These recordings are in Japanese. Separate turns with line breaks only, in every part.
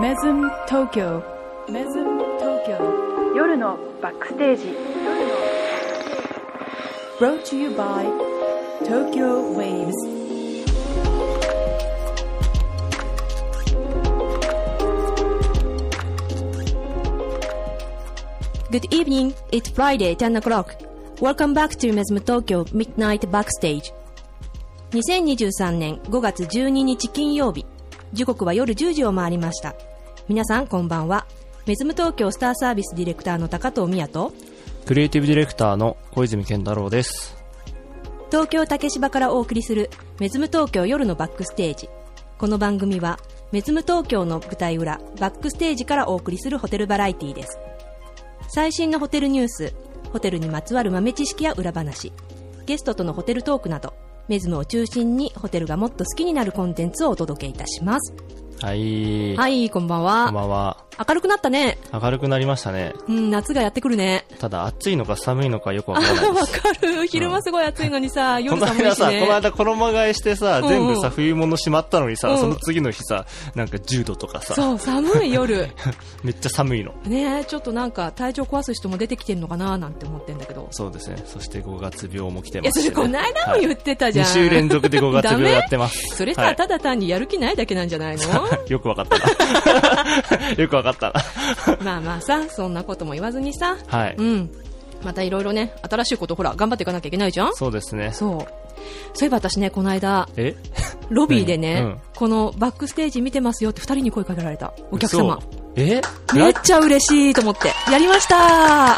メズム東京メズム東京夜のバックステージ Brought to you by Tokyo Waves
Good evening. It's Friday, 10 o'clock. Welcome back to Mesmo Tokyo Midnight Backstage. 2023年5月12日金曜日。時刻は夜10時を回りました。皆さんこんばんは。メズム東京スターサービスディレクターの高藤美也と、
クリエイティブディレクターの小泉健太郎です。
東京竹芝からお送りするメズム東京夜のバックステージ。この番組は、メズム東京の舞台裏、バックステージからお送りするホテルバラエティです。最新のホテルニュース、ホテルにまつわる豆知識や裏話、ゲストとのホテルトークなど、メズムを中心にホテルがもっと好きになるコンテンツをお届けいたします。
はい。
はい、こんばんは。
こんばんは。
明るくなったね。
明るくなりましたね。
うん、夏がやってくるね。
ただ暑いのか寒いのかよくわからないで
わ
す。
かる。昼間すごい暑いのにさ、
こ
夜
の
寒いしね。
間さ、この間衣替えして
う
さ、
んうん
全部さ、冬物しまったのに
う
さ、
ん
その次の日さ、なんか10度とかさ、
そう、寒い夜。
めっちゃ寒いの。
ねえちょっとなんか体調壊す人も出てきてるのかななんて思ってんだけど
そうですね。そして5月病も来て
い
ま
やそ
す、
れ
ね。
この間も言ってたじゃん、
2週連続で5月
ダ
病
メ
やってま す。
それさ、
はい
ただ単にやる気ないだけなんじゃないの
よくわかったな。よくわかった
ま
な。
あまあさそんなことも言わずにさ
はい。
うんまたいろいろね新しいことほら頑張っていかなきゃいけないじゃん
そうですね。
そうそういえば私ねこの間
え
ロビーでね、
うんうん
このバックステージ見てますよって2人に声かけられたお客様
嘘え
め
ラ
っちゃ嬉しいと思ってやりました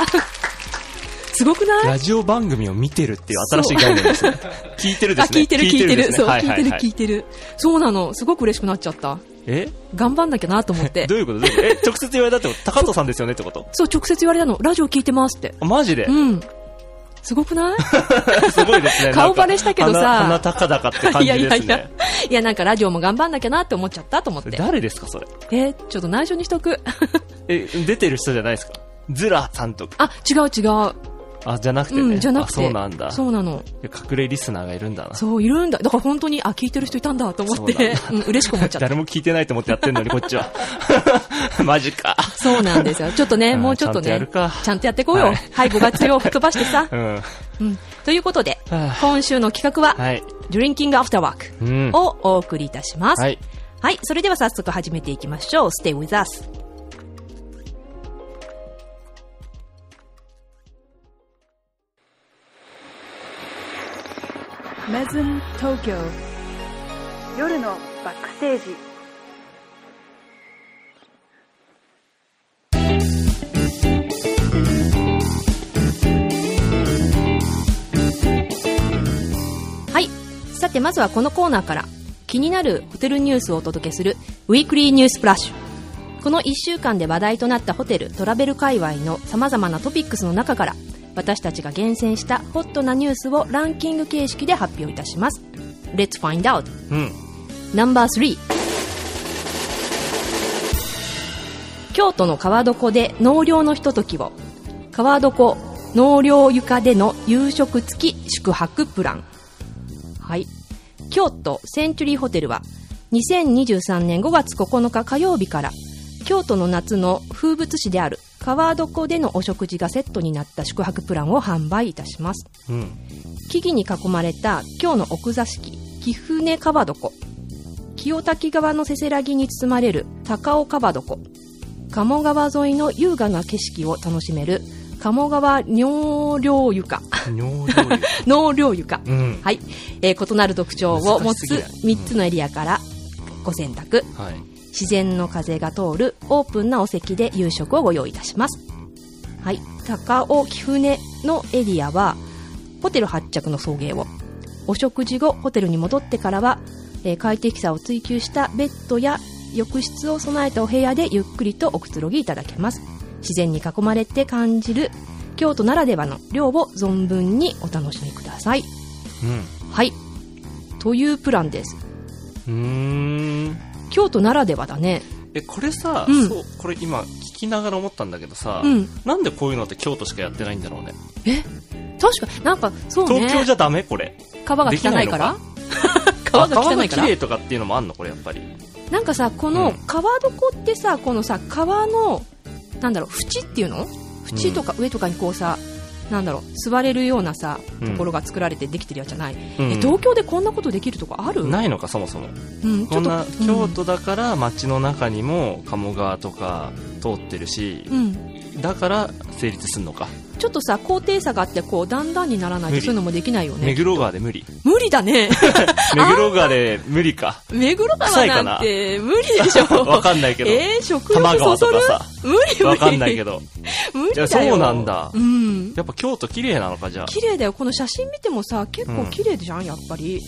すごくない
ラジオ番組を見てるっていう新しい概念ですね。聞いてるです
あ、
ね。
聞いてる聞いてる。
ですね
そう、
はい
聞い
はい
てる
は
聞いてる。そうなの。すごく嬉しくなっちゃった。
え
頑張んなきゃなと思って
ど。ういうことどういうことえ、直接言われたってこと高藤さんですよねってこと
そう、直接言われたの。ラジオ聞いてますって。
あマジで
うん。すごくない
すごいですね。なんか
顔バレしたけどさ
鼻鼻高々って感
い
じ
やい
で
や
す
いや
ね。。
いや、なんかラジオも頑張んなきゃなって思っちゃったと思っ
それ
て。
誰ですかそれ。
えー、ちょっと内緒にしとく。
え、出てる人じゃないですかズラさんとか。
あ、違う違う。
あ、じゃなくて
う
ね。
ん、じゃなくて。
あそうなんだ。
そうなの。
隠れリスナーがいるんだな。
そう、いるんだ。だから本当に、あ、聞いてる人いたんだと思っ
そう
て
なんだ、
うん、 嬉しく思っちゃった。
誰も聞いてないと思ってやってんのに、こっ ちは。マジか。
そうなんですよ。ちょっとね、
うん
もうちょっと
ちゃんとや
ね
るか、
ちゃんとやっていこうよ。
はい
はい、5月を吹っ飛ばしてさ
う。ん。
うん。ということで
はあ、
今週の企画は、
はい。
ドリンキングアフターワー
う
ク
ん。
をお送りいたします。
は
はい。
い。
それでは早速始めていきましょう。Stay with us.
メズム東京夜のバックステージ
はい。さて、まずはこのコーナーから、気になるホテルニュースをお届けする、ウィークリーニュースフラッシュ。この1週間で話題となったホテル、トラベル界隈の様々なトピックスの中から、私たちが厳選したホットなニュースをランキング形式で発表いたします。Let's find out!
うん。
ナンバー3京都の川床で納涼のひとときを川床納涼床での夕食付き宿泊プランはい京都センチュリーホテルは2023年5月9日火曜日から京都の夏の風物詩である川床でのお食事がセットになった宿泊プランを販売いたします
うん。
木々に囲まれた京の奥座敷貴船川床清滝川のせせらぎに包まれる高尾川床鴨川沿いの優雅な景色を楽しめる鴨川尿量床
尿道流
納涼床
うん。
はい、えー異なる特徴を持
難し
つ
すぎない
3つのエリアからご選択
はい。
自然の風が通るオープンなお席で夕食をご用意いたします。はい。高尾貴船のエリアは、ホテル発着の送迎を。お食事後、ホテルに戻ってからは、えー快適さを追求したベッドや浴室を備えたお部屋でゆっくりとおくつろぎいただけます。自然に囲まれて感じる京都ならではの量を存分にお楽しみください。はい。というプランです。
うん。うーん。
京都ならではだね。
え、これさ、
うん
そう、これ今聞きながら思ったんだけどさ、
うん。
なんでこういうのって京都しかやってないんだろうね。
確かになんか、そうね。
東京じゃダメこれ。
川が汚いから川が汚
あ
いか
川が
ら
綺麗とかっていうのもあんのこれやっぱり。
なんかさこ
う
の
ん
川床ってさこのさ川のなんだろう縁っていうの縁とか上とかにこうさ、なんだろう座れるようなさ
うん
ところが作られてできてるやつじゃない、
うん
え東京でこんなことできるとこある
ないのかそもそも
うん、ちょ
こ
っ
ん
と
な京都だから街の中にも鴨川とか通ってるし
う、ん、うん
だから成立すんのか
ちょっとさ高低差があってこう段々にならないと
無
そ
理
ういうのもできないよ
目
ね
黒川で無理
無理だ ね
目黒川で無理か
目黒
臭い
川
かな
なんて無理でし
わ
ょ
かんないけど、
えー、食
多摩
欲そ
川と
そる
かさ
無理無理
わかんない けど
無理だよ
いやそうなんだ
うん
やっぱ京都綺麗なのかじゃあ
綺麗だよこの写真見てもさ結構綺麗じゃん、やっぱり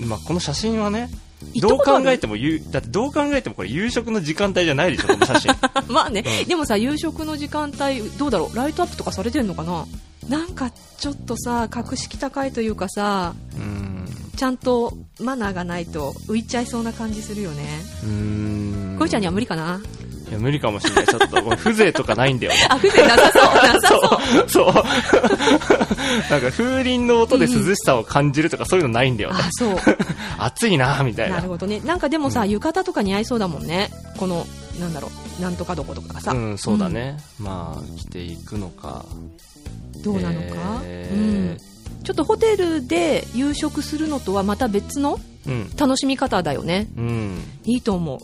まあ、この写真はね
行った
どう
ことあ
考
る
えてもゆだってどう考えてもこれ夕食の時間帯じゃないでしょこの写真
まあね、
うん
でもさ夕食の時間帯どうだろうライトアップとかされてんのかななんかちょっとさ格式高いというかさ
うん
ちゃんとマナーがないと浮いちゃいそうな感じするよね
うーん
こいちゃんには無理かない
や無理かもしれないちょっとこれ風情とかないんだよね
あ風情なさそうなさ そう
そうそうなんか風鈴の音で涼しさを感じるとかそういうのないんだよね
あそう
暑いなみたい
な
な
るほどねなんかでもさ、
うん
浴衣とか似合いそうだもんねこのなんだろうなんとかどことかがさ、
うんそうだね、まあ着ていくのか
どうなのか、
え
うん
ー、
ちょっとホテルで夕食するのとはまた別の
うん
楽しみ方だよね
うん、
いいと思
う、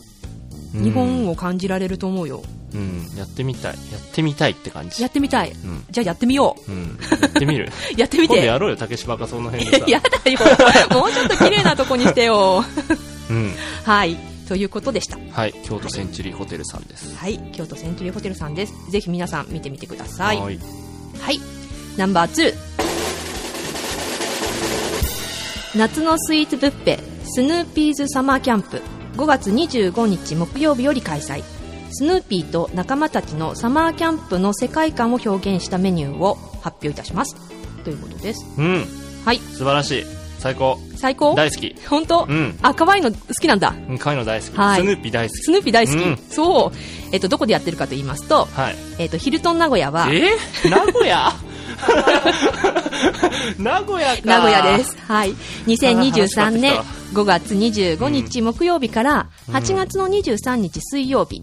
うん日本を感じられると思うよ、
うん、やってみたいやってみたいって感じ
やってみたい
うん、
じゃあやってみよ
うん、やってみる
うやってみ
今度
て
やろうよ竹芝かその辺でさ
やだよもうちょっと綺麗なとこにしてよ
うん
はいということでした
はい京都センチュリーホテルさんです
はい京都センチュリーホテルさんですぜひ皆さん見てみてください
はい
はいナンバー2夏のスイーツブッフェスヌーピーズサマーキャンプ5月25日木曜日より開催スヌーピーと仲間たちのサマーキャンプの世界観を表現したメニューを発表いたしますということです
うん
はい
素晴らしい最高
最高
大好き
本当、
うん
あ可愛いの好きなんだ
うん可愛いの大好き、
はい
スヌーピー大好
スヌーピー大好き、
うん
そう、えっとどこでやってるかと言いますと,、
きはい
えっとヒルトン名古屋は
えー名古 屋名古屋か
名古屋です。はい。2023年
あー楽しかった
5月25日木曜日から
うん
8月の23日水曜日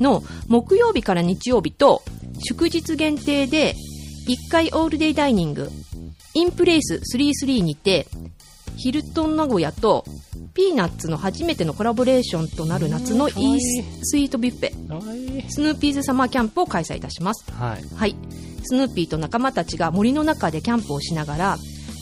の木曜日から日曜日と祝日限定で1回オールデイダイニングインプレイス33にてヒルトン名古屋とピーナッツの初めてのコラボレーションとなる夏のイ
うんかわい
ー
い
ススイートビュッフェ
かわいい
スヌーピーズサマーキャンプを開催いたします。
はい
はい、スヌーピーと仲間たちが森の中でキャンプをしながら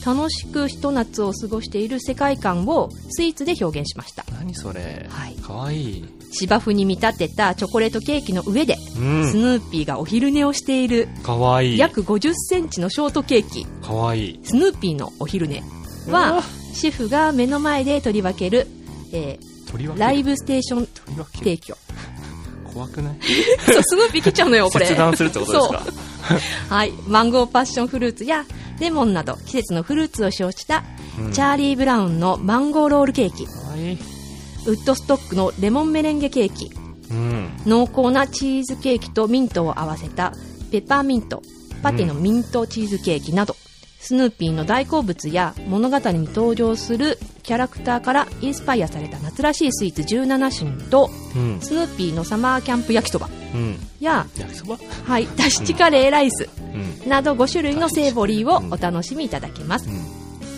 楽しくひと夏を過ごしている世界観をスイーツで表現しました
何それ、
はい
かわいい
芝生に見立てたチョコレートケーキの上で、
う
ス
ん
ヌーピーがお昼寝をしている
かわいい
約5 0センチのショートケーキ
かわいい
スヌーピーのお昼寝
う
は
わ
シェフが目の前で取り分ける、え
鳥は
ーライ
ブ
ブステーション
鳥は
提供
怖くない
そうスヌーピー来ちゃうのよこれ
切断するってことですか
はい、マンゴーパッションフルーツやレモンなど季節のフルーツを使用した
うん
チャーリー・ブラウンのマンゴーロールケーキ
かわいい
ウッドストックのレモンメレンゲケーキ
うん
濃厚なチーズケーキとミントを合わせたペッパーミントパティのミントチーズケーキなど、スヌーピーの大好物や物語に登場するキャラクターからインスパイアされた夏らしいスイーツ17品と
うん
スヌーピーのサマーキャンプ焼きそば
うん
や、
焼きそば
はい、ダシチカレーライス
うん
など5種類のセーボリーをお楽しみいただけます
うん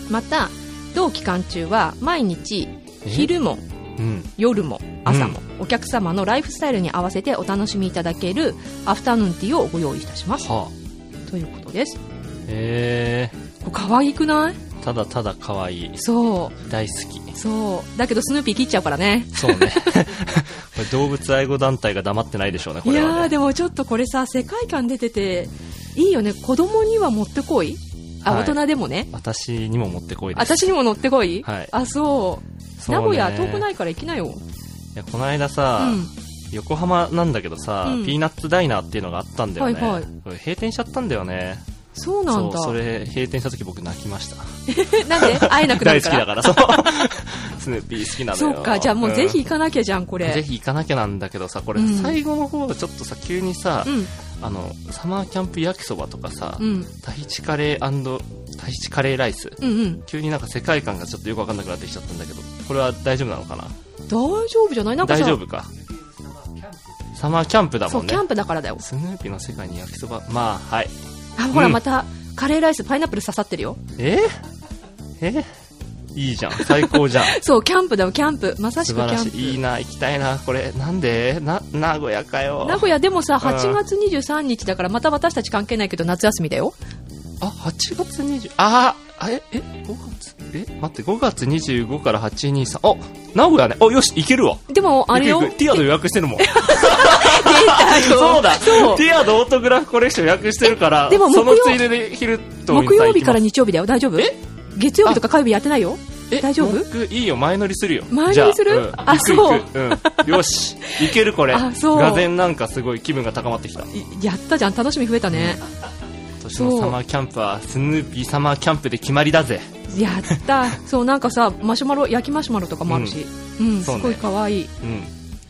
また同期間中は毎日
え
昼も
うん
夜も朝も、お客様のライフスタイルに合わせてお楽しみいただけるアフタヌーンティーをご用意いたします
はあ
ということです
え
これ可愛くない
ー、ただただ可愛い
そ
大好き
うそうだけどスヌーピー切っちゃうからね
そうね これ動物愛護団体が黙ってないでしょうねこ
い
れは、ね、
やーでもちょっとこれさ世界観出てていいよね子供には持ってこいあ、
はい
大人でもね
私にも持ってこいです
私にも乗ってこい、
はい
あそう
そうね
名古屋遠くないから行きなよ
いやこの間さ、横浜なんだけどさ、
うん
ピーナッツダイナーっていうのがあったんだよね、
はいはい
これ閉店しちゃったんだよね
そうなんだ
そうそれ閉店した時僕泣きました
なん で会えなくな
大
る
好
か
き
ら
だからそう スヌーピー好きなの
そ
よ
うかじゃあもうぜひ行かなきゃじゃんこ
うん
れ
ぜひ行かなきゃなんだけどさこれ
うん
最後の方ちょっとさ急にさ、
うん
あのサマーキャンプ焼きそばとかさ、
うん
タヒチカレータヒチカレーライス
うんうん
急になんか世界観がちょっとよくわかんなくなってきちゃったんだけどこれは大丈夫なのかな
大丈夫じゃないなんか
大
さ
丈夫か。サマーキャンプだ
そ
も
うんキ
ね
ャ。ンプだからだよ
スヌーピーの世界に焼きそば。まあ、はい。
あほら
うん
また、カレーライスパイナップル刺さってるよ
ええいいじゃん。最高 じゃん。
そうキャンプだよキャンプまさし
素
くキ
晴ら
ャ
し
ンプ
い。いいな、行きたいな。これ、なんでな、名古屋かよ。
名古屋でもさ
ん
8月23日だからまた私たち関係ないけど夏休みだよ
あ、8月20、あー、あえ、え、5月、え、待って、5月25から823。あ、名古屋ね。あ、よし、行けるわ。
でもあれ よ
行く行くティアド予約してるもん。
そ
そうだ
そう
ティアドオートグラフコレクション予約してるから、
えでも木
そ
曜
のついでで昼と
木曜日から
行き
日曜日だよ大丈夫月曜日とか火曜日やってないよ
ますえ
大丈夫
僕いいよ、前乗りするよ。
前乗りする
じゃあ、うん、
あ
行く行くうん。よし、行けるこれ。
あそう
がぜんなんかすごい気分が高まってきた。
いやったじゃん楽しみ増えたね
年のサマーキャンプは、スヌーピーサマーキャンプで決まりだぜ。
やった そうなんかさマシュマロ焼きマシュマロとかもあるしうん、す
そうね
ごい可愛い
うん、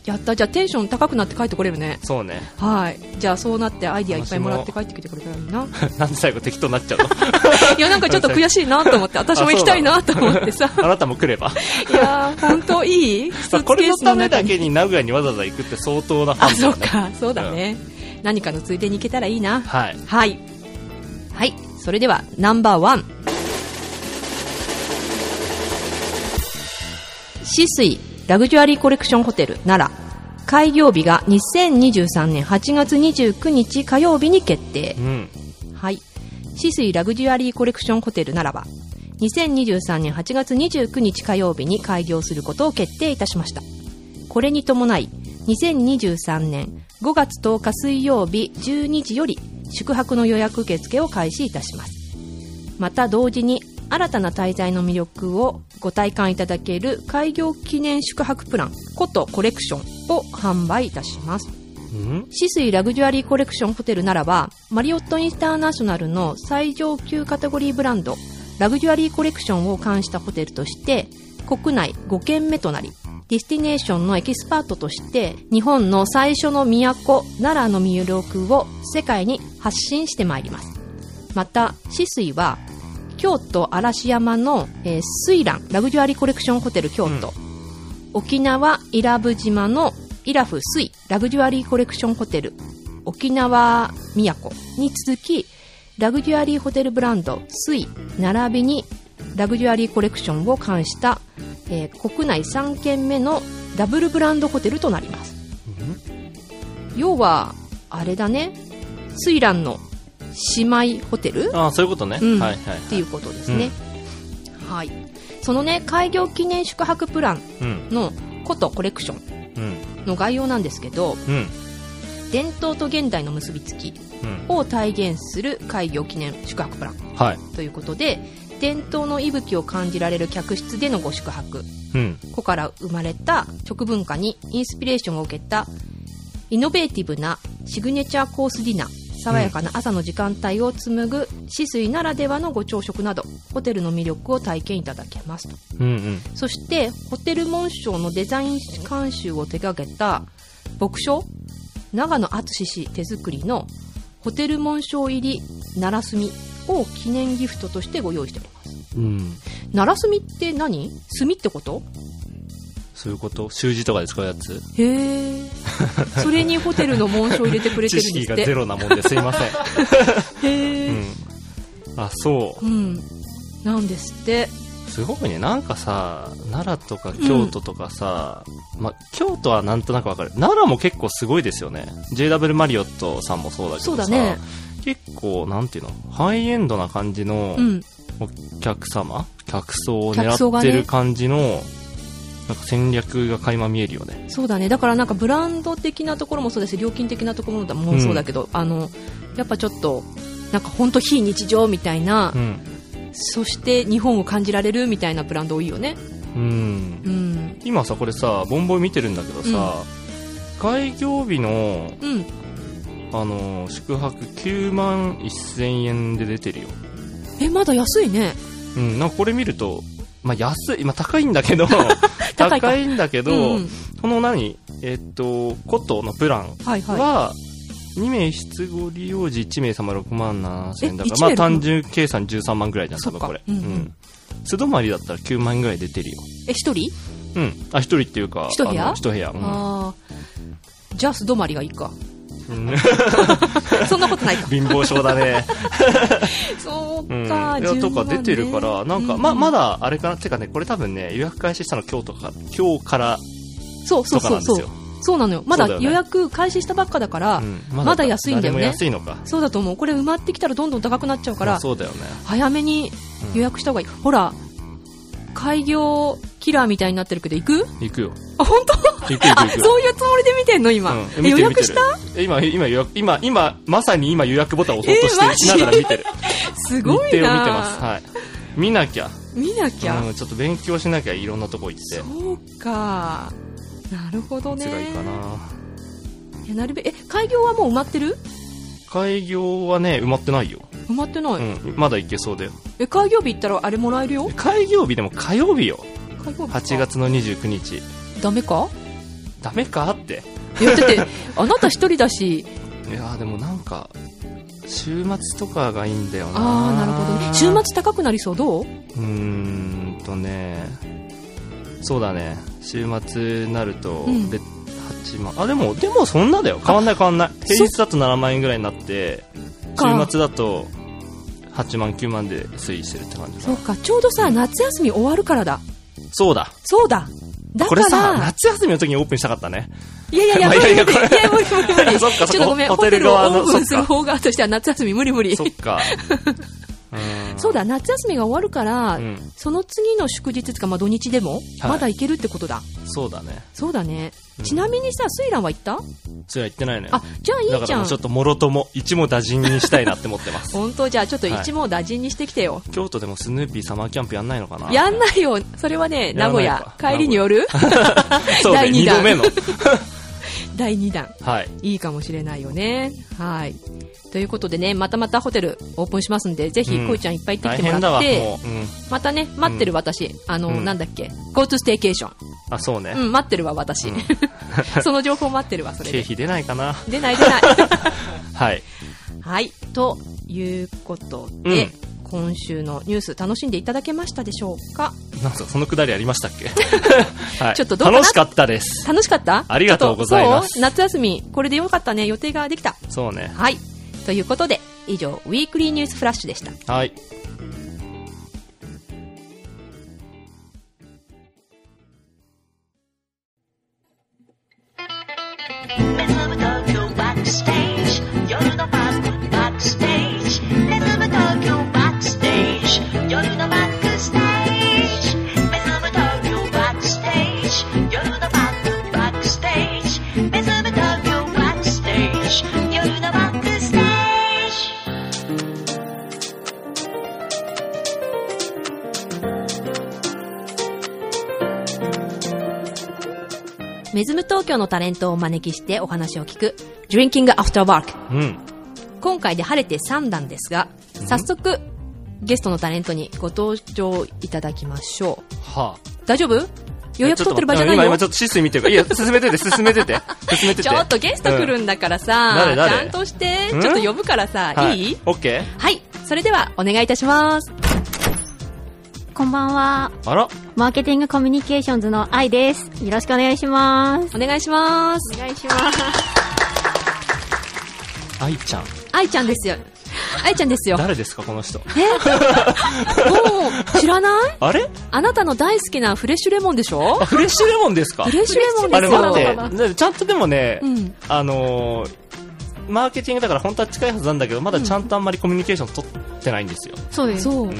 やったじゃあテンション高くなって帰ってこれるね
そうね。
はいじゃあそうなってアイディアいっぱいもらって帰ってきてくれたらいいな
なんで最後適当になっちゃうの
いやなんかちょっと悔しいなと思 って私も行きたいなと思ってさ
あなたも来れば。
いやー本当いいス
まあ
ー
こ
ツケ
れ
ー
の
スの
ためだ
中に
けに名古屋にわざわざ行くって相当なフ
あ
ァンだ
そう
よね。
かそうだね、何かのついでに行けたらいいな
はい。
はいはいそれではナンバーワンシスイラグジュアリーコレクションホテル奈良開業日が2023年8月29日火曜日に決定
うん。
はい。シスイラグジュアリーコレクションホテルならば、2023年8月29日火曜日に開業することを決定いたしました。これに伴い、2023年5月10日水曜日12時より宿泊の予約受付を開始いたします。また同時に新たな滞在の魅力をご体感いただける開業記念宿泊プラン、ことコレクションを販売いたします。
うん
シスイラグジュアリーコレクションホテルならば、マリオットインターナショナルの最上級カテゴリーブランド、ラグジュアリーコレクションを冠したホテルとして、国内5軒目となり、ディスティネーションのエキスパートとして、日本の最初の都、奈良の魅力を世界に発信してまいります。また、シスイは、京都嵐山の、えー、水蘭ラグジュアリーコレクションホテル京都、沖縄伊良部島のイラフ水ラグジュアリーコレクションホテル沖縄宮古に続きラグジュアリーホテルブランド水並びにラグジュアリーコレクションを冠した、えー国内3軒目のダブルブランドホテルとなります要はあれだね水蘭の姉妹ホテル
ああ、そういうことね。
うん
はいはい。
っていうことですね、はいそのね開業記念宿泊プラン
うん。
のことコレクション
うん。
の概要なんですけど
うん。
伝統と現代の結びつき
うん。
を体現する開業記念宿泊プラン
はい。
ということで伝統の息吹を感じられる客室でのご宿泊
うん。
古から生まれた食文化にインスピレーションを受けたイノベーティブなシグネチャーコースディナー爽やかな朝の時間帯を紡ぐ止水ならではのご朝食などホテルの魅力を体験いただけますと
うん。
そしてホテル紋章のデザイン監修を手掛けた牧章長野敦氏手作りのホテル紋章入り奈良墨を記念ギフトとしてご用意しております
うん。うん。
奈良墨って何墨ってこと
そういうこと習字とかで使うやつ
へえ それにホテルの紋章入れてくれて
知
るん
識
です
が
っ
ゼ
て
ロなもんですいません。
へ
う
え
ん。あ、そ
うんなんですって
う。すごいね。なんかさ、奈良とか京都とかさ、まあ、京都はなんとなくわかる。奈良も結構すごいですよね。JW マリオットさんもそうだけどさ。
そうだね
結構、なんていうのハイエンドな感じの、
うん
お客様客層を
客層
狙
が
っ
ね
てる感じの、なんか戦略が垣間見えるよね
そうだねだからなんかブランド的なところもそうだし料金的なところもそうだけど、あのやっぱちょっとなんか本当非日常みたいな、
うん
そして日本を感じられるみたいなブランド多いよね
うん
うん
今さこれさボンボイ見てるんだけどさ、開業日の、
うん
あのー宿泊9万1000円で出てるよ、
えまだ安いね
うん、なんかこれ見ると、まあ、安い、まあ、高いんだけど
高
高
い
い
か
んだけど、
うんうん、
この何えっとコトーのプラン
はいは
は、2名失語利用時1名様6万7000円だか
え
ら、ま
一名
あ単純計算13万ぐらいじゃん、
そっ
多
か
分これ。
うんうん
素泊まりだったら9万ぐらい出てるよ。
いえ一人
うん。あ、一人っていうか、
一部屋
あの一部屋。うん
ああじゃあ素泊まりがいいか そんなことないか
貧乏症だね。
そう
うん。
か、
いや
10
とか
万ね
出てるから、なんか、
う
ま、まだあれかな。てかね、これ多分ね、予約開始したの今日とか、今日から
そうそ
と
う
かな
そ
ん
う
で
そ
すよ
う。そうなのよまだ
そうだよね
予約開始したばっかだから、
うん
まだ安いんだよね
誰も安いのか。
そうだと思うこれ埋まってきたらどんどん高くなっちゃうか
ま
ら
あそうだよね。
早めに予約した方がいい、ほら開業キラーみたいになってるけど行く
行くよ。
あ本当
行く行く
あ
行く。
そういうつもりで見てんの今、
うん
え
見て
予
る
約した
見てる今、今予約、今、今、まさに今予約ボタンを押そうと
えーマ
し
ジ
て、ながら見てる。
す
日程を
ご
見
い
て
な
ます。はい。見なきゃ。
見なきゃ、
うん、ちょっと勉強しなきゃいろんなとこ行って。
そうかなるほどね
辛いかな。
いやなるべえ開業はもう埋まってる
開業はね、埋まってないよ。
埋まってない、
うん、まだ行けそうだよ。
え開業日行ったらあれもらえるよ
開業日でも火曜日よ。
開業日か
8月の29日。
ダメか
ダメかって。
いやだ ってあなた一人だし
いやーでもなんか、週末とかがいいんだよな。
ああなるほどね週末高くなりそうどう
うーんとねそうだね週末になると、
うん
で8万あでもでもそんなだよ変わんない変わんない平日だと7万円ぐらいになって週
か
末だと8万9万で推移してるって感じだ
そうかちょうどさ夏休み終わるからだ
そうだ
そうだだ
こ
か
れさ
ら
夏休みの時にオープンしたかったね
いやいやいや
まあ
無
いや
理
いや
無理
これ
いや無理無理無理
そっ かそっか
ちょっとごめん
ホ
ホ
テ
テ
ル
ルをオ
側の
ープンす
そっ
る
か
方側としては夏休み無理無理
そっ かうーん
そうだ夏休みが終わるから、
うん
その次の祝日つか、まあ、土日でも、
はい
まだ行けるってことだ
そうだね
そうだね、
うん
ちなみにさスイランは行った
それは言ってないね
あじゃあ
だ
いい
か
じゃ
ら
ん
ちょっともろとも一網打尽にしたいなって思ってます
本当じゃあちょっと
はい
一網打尽にしてきてよ、
京都でもスヌーピーサマーキャンプやんないのかな
やんないよそれはね名古
やらな
屋
いか
帰りによる
そうね
第二
二
弾
度目の
第2弾
はい
いいかもしれないよねはいということでねまたまたホテルオープンしますんでぜひ
うん
こいちゃんいっぱい行っ
大
てきて
変
も
だ
らっ
わ
て、
もう、うん、
またね待ってる私、あの、
うん
なんだっけ GoTo ステーケーション
あそうね、
うん待ってるわ私、
うん
その情報待ってるわそれ
経
で
費出ないかな
出ない出ない
はい
はい、ということで、今週のニュース楽しんでいただけましたでしょうか
なんかそのくだりありましたっ け、はい、
ちょっとどうかな
楽しかったです
楽しかった
ありがとうございま
ちょっ
す
とそう夏休み、これでよかったね、予定ができた。
そうね
はい、ということで、以上、ウィークリーニュースフラッシュでした。
はい
レズム東京バックステージ夜のバックバックステージレズム東京バックステージ夜のバックステージレズム東京バックステージ夜のバックバックステージレズム東京バックステージ夜のバックステージ
メズム東京のタレントをお招きしてお話を聞く、Drinking After Work。
うん
今回で晴れて3弾ですが、早速、ゲストのタレントにご登場いただきましょう。
はあ
大丈夫予約取ってる場合じゃない
ちょっと待って今
よ
今ちょっとシステム見てるからいや進めてて進めて て進めてて
ちょっとゲスト来るんだからさ、
うん
ち
誰誰
ゃんとして、ち
う
ょ
ん
っと呼ぶからさ、
うんはい
いい
オッケ
はい、それではお願いいたします。
こんばんは。
ーあら
マーケティングコミュニケーションズの愛です。よろしくお願いします。
お願いします。
お願いします。
愛ちゃん
愛ちゃんですよ。愛ちゃんですよ。も
誰ですかこの人
う、知らない
あれ
あなたの大好きなフレッシュレモンでしょ
あフレッシュレモンですか
フレッシュレモン
あれ待
ですよ。
ってでちゃんとでもね、
うん。
あのーマーケティングだから本当は近いはずなんだけどまだちゃんとあんまりコミュニケーション取ってないんですよ、
そうです。
そう
うん、
うん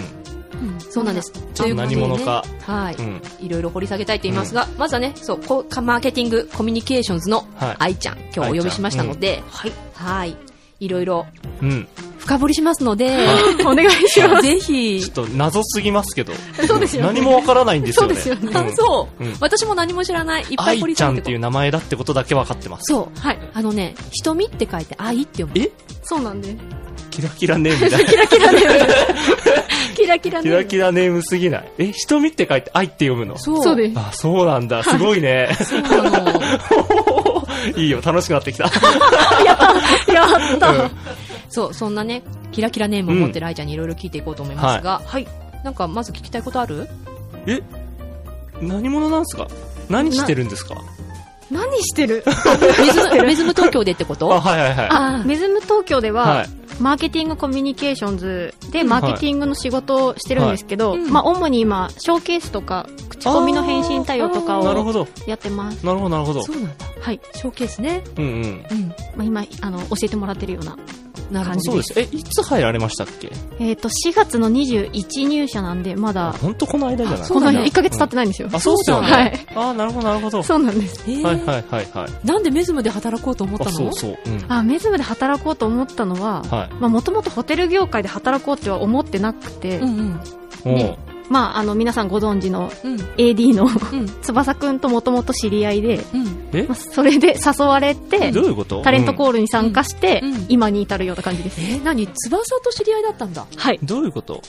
そうなんです。
ちょっと何者か
ということでねはい。
うん
いろいろ掘り下げたいと言いますが、まずはね、そう、こうマーケティングコミュニケーションズの
はい
愛ちゃん、今日お呼びしましたので、はい。はい。いろいろ
うん、
深掘りしますので、
お願いします。
ぜひ
ちょっ。と謎すぎますけど、
そうですよね
何もわからないんですよね。
そうですよ
ん
ね
そう、
うん
私も何も知らない。いっぱい掘
愛
り
ちゃ
下
ん
げ
って
て
いう
た。
名前だってことだけ分かってます。
そう。
はい。
あのね、瞳って書いて愛って読む。
え
そうなんです。
キラキラネームだ。
キラキラネーム。キラキラ
キ
ネ
ラ
ー
キ
ム。
ラネームすぎない。え、瞳って書いて愛って読むの
そう。
そうです。
あ、そうなんだ。すごいね。
そうなの。
いいよ、楽しくなってきた。
やった。
そう、そんなね、キラキラネームを持ってる愛ちゃんにいろいろ聞いていこうと思いますが、はい。なんかまず聞きたいことある
え何者なんですか何してるんですか
何してる
メズムメズム東京でってこ
あ、
と
はいはいはい。
あメズム東京では、
はい
マーケティングコミュニケーションズでマーケティングの仕事をしてるんですけど、
はいはい
まあ、主に今ショーケースとか口コミの返信対応とか
なる
を
ほど。
やってます、
なるほど、なるほど。
そうなんだ。
はい
ショーケースね。
うんうん。
うん。
まあ、今あの教えてもらってるような、
なるほ
感じ
そう
ど
で。す。え、いつ入られましたっけ
えー、と4月の21入社なんでまだ
ほんとこの間じゃない
そ
こ
う
の
なんだ
間1ヶ月経ってないんですよ、
あ、そうっすよね。
はい、
あー、なるほど、なるほど。
そうなんです
えー
はいはいはいはい。
なんでメズムで働こうと思った
あ、
の
そうそう。うん。
あメズムで働こうと思ったのは
はい。
もともとホテル業界で働こうとは思ってなくて、
うんうん。
おう
ねまあ、あの皆さんご存知の
うん。
AD の
うん。
翼くんともともと知り合いで、
うん。
え
まあ、それで誘われて
どういうこと
タレントコールに参加して、
うんうん
今に至るような感じです、
えー、何翼と知り合いだったんだ。
はい
うんどういうこと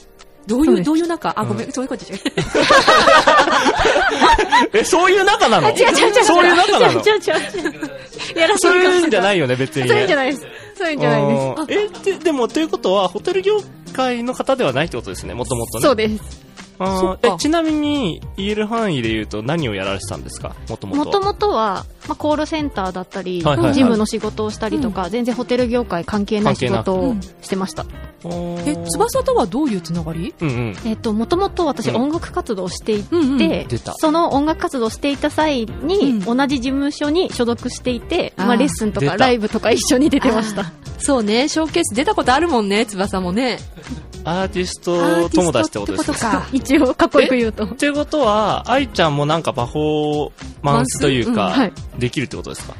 どうい
そう
う、
です
どういう中あ、
うん
ごめん、そういうことじゃない。
え、そういう仲なの
違う違う違う違う
そういう仲なの
違う違う違う違うやらしい
そういうんじゃないいよね、別に、ね。
そういうんじゃないですそういうんじゃないです
うんえって、でも、ということは、ホテル業界の方ではないってことですね、もともとね。
そうです
あ
そ
ー
っか
えちなみに、言える範囲で言うと、何をやられてたんですか、もとも
も
と。
ともとは、まあ、コールセンターだったり、
はいはいはい
ジムの仕事をしたりとか、全然ホテル業界関係ない仕事を
関係
してました
え、翼とはどういうつながり
うんうん。
えっともともと私
うん
音楽活動をしていて、
うんうん
出た
その音楽活動をしていた際に、
う
同じ事務所に所属していて、
あー
まあ、レッスンと
出
か
た
ライブとか一緒に出てました
あそうね、ショーケース出たことあるもんね、翼もね。
アーティスト友達ってことですね。
か。
一応かっこよく言うと
ってことは、愛ちゃんもなんかパフォーマンスという
マンスうんは
か
い、
できるってことですか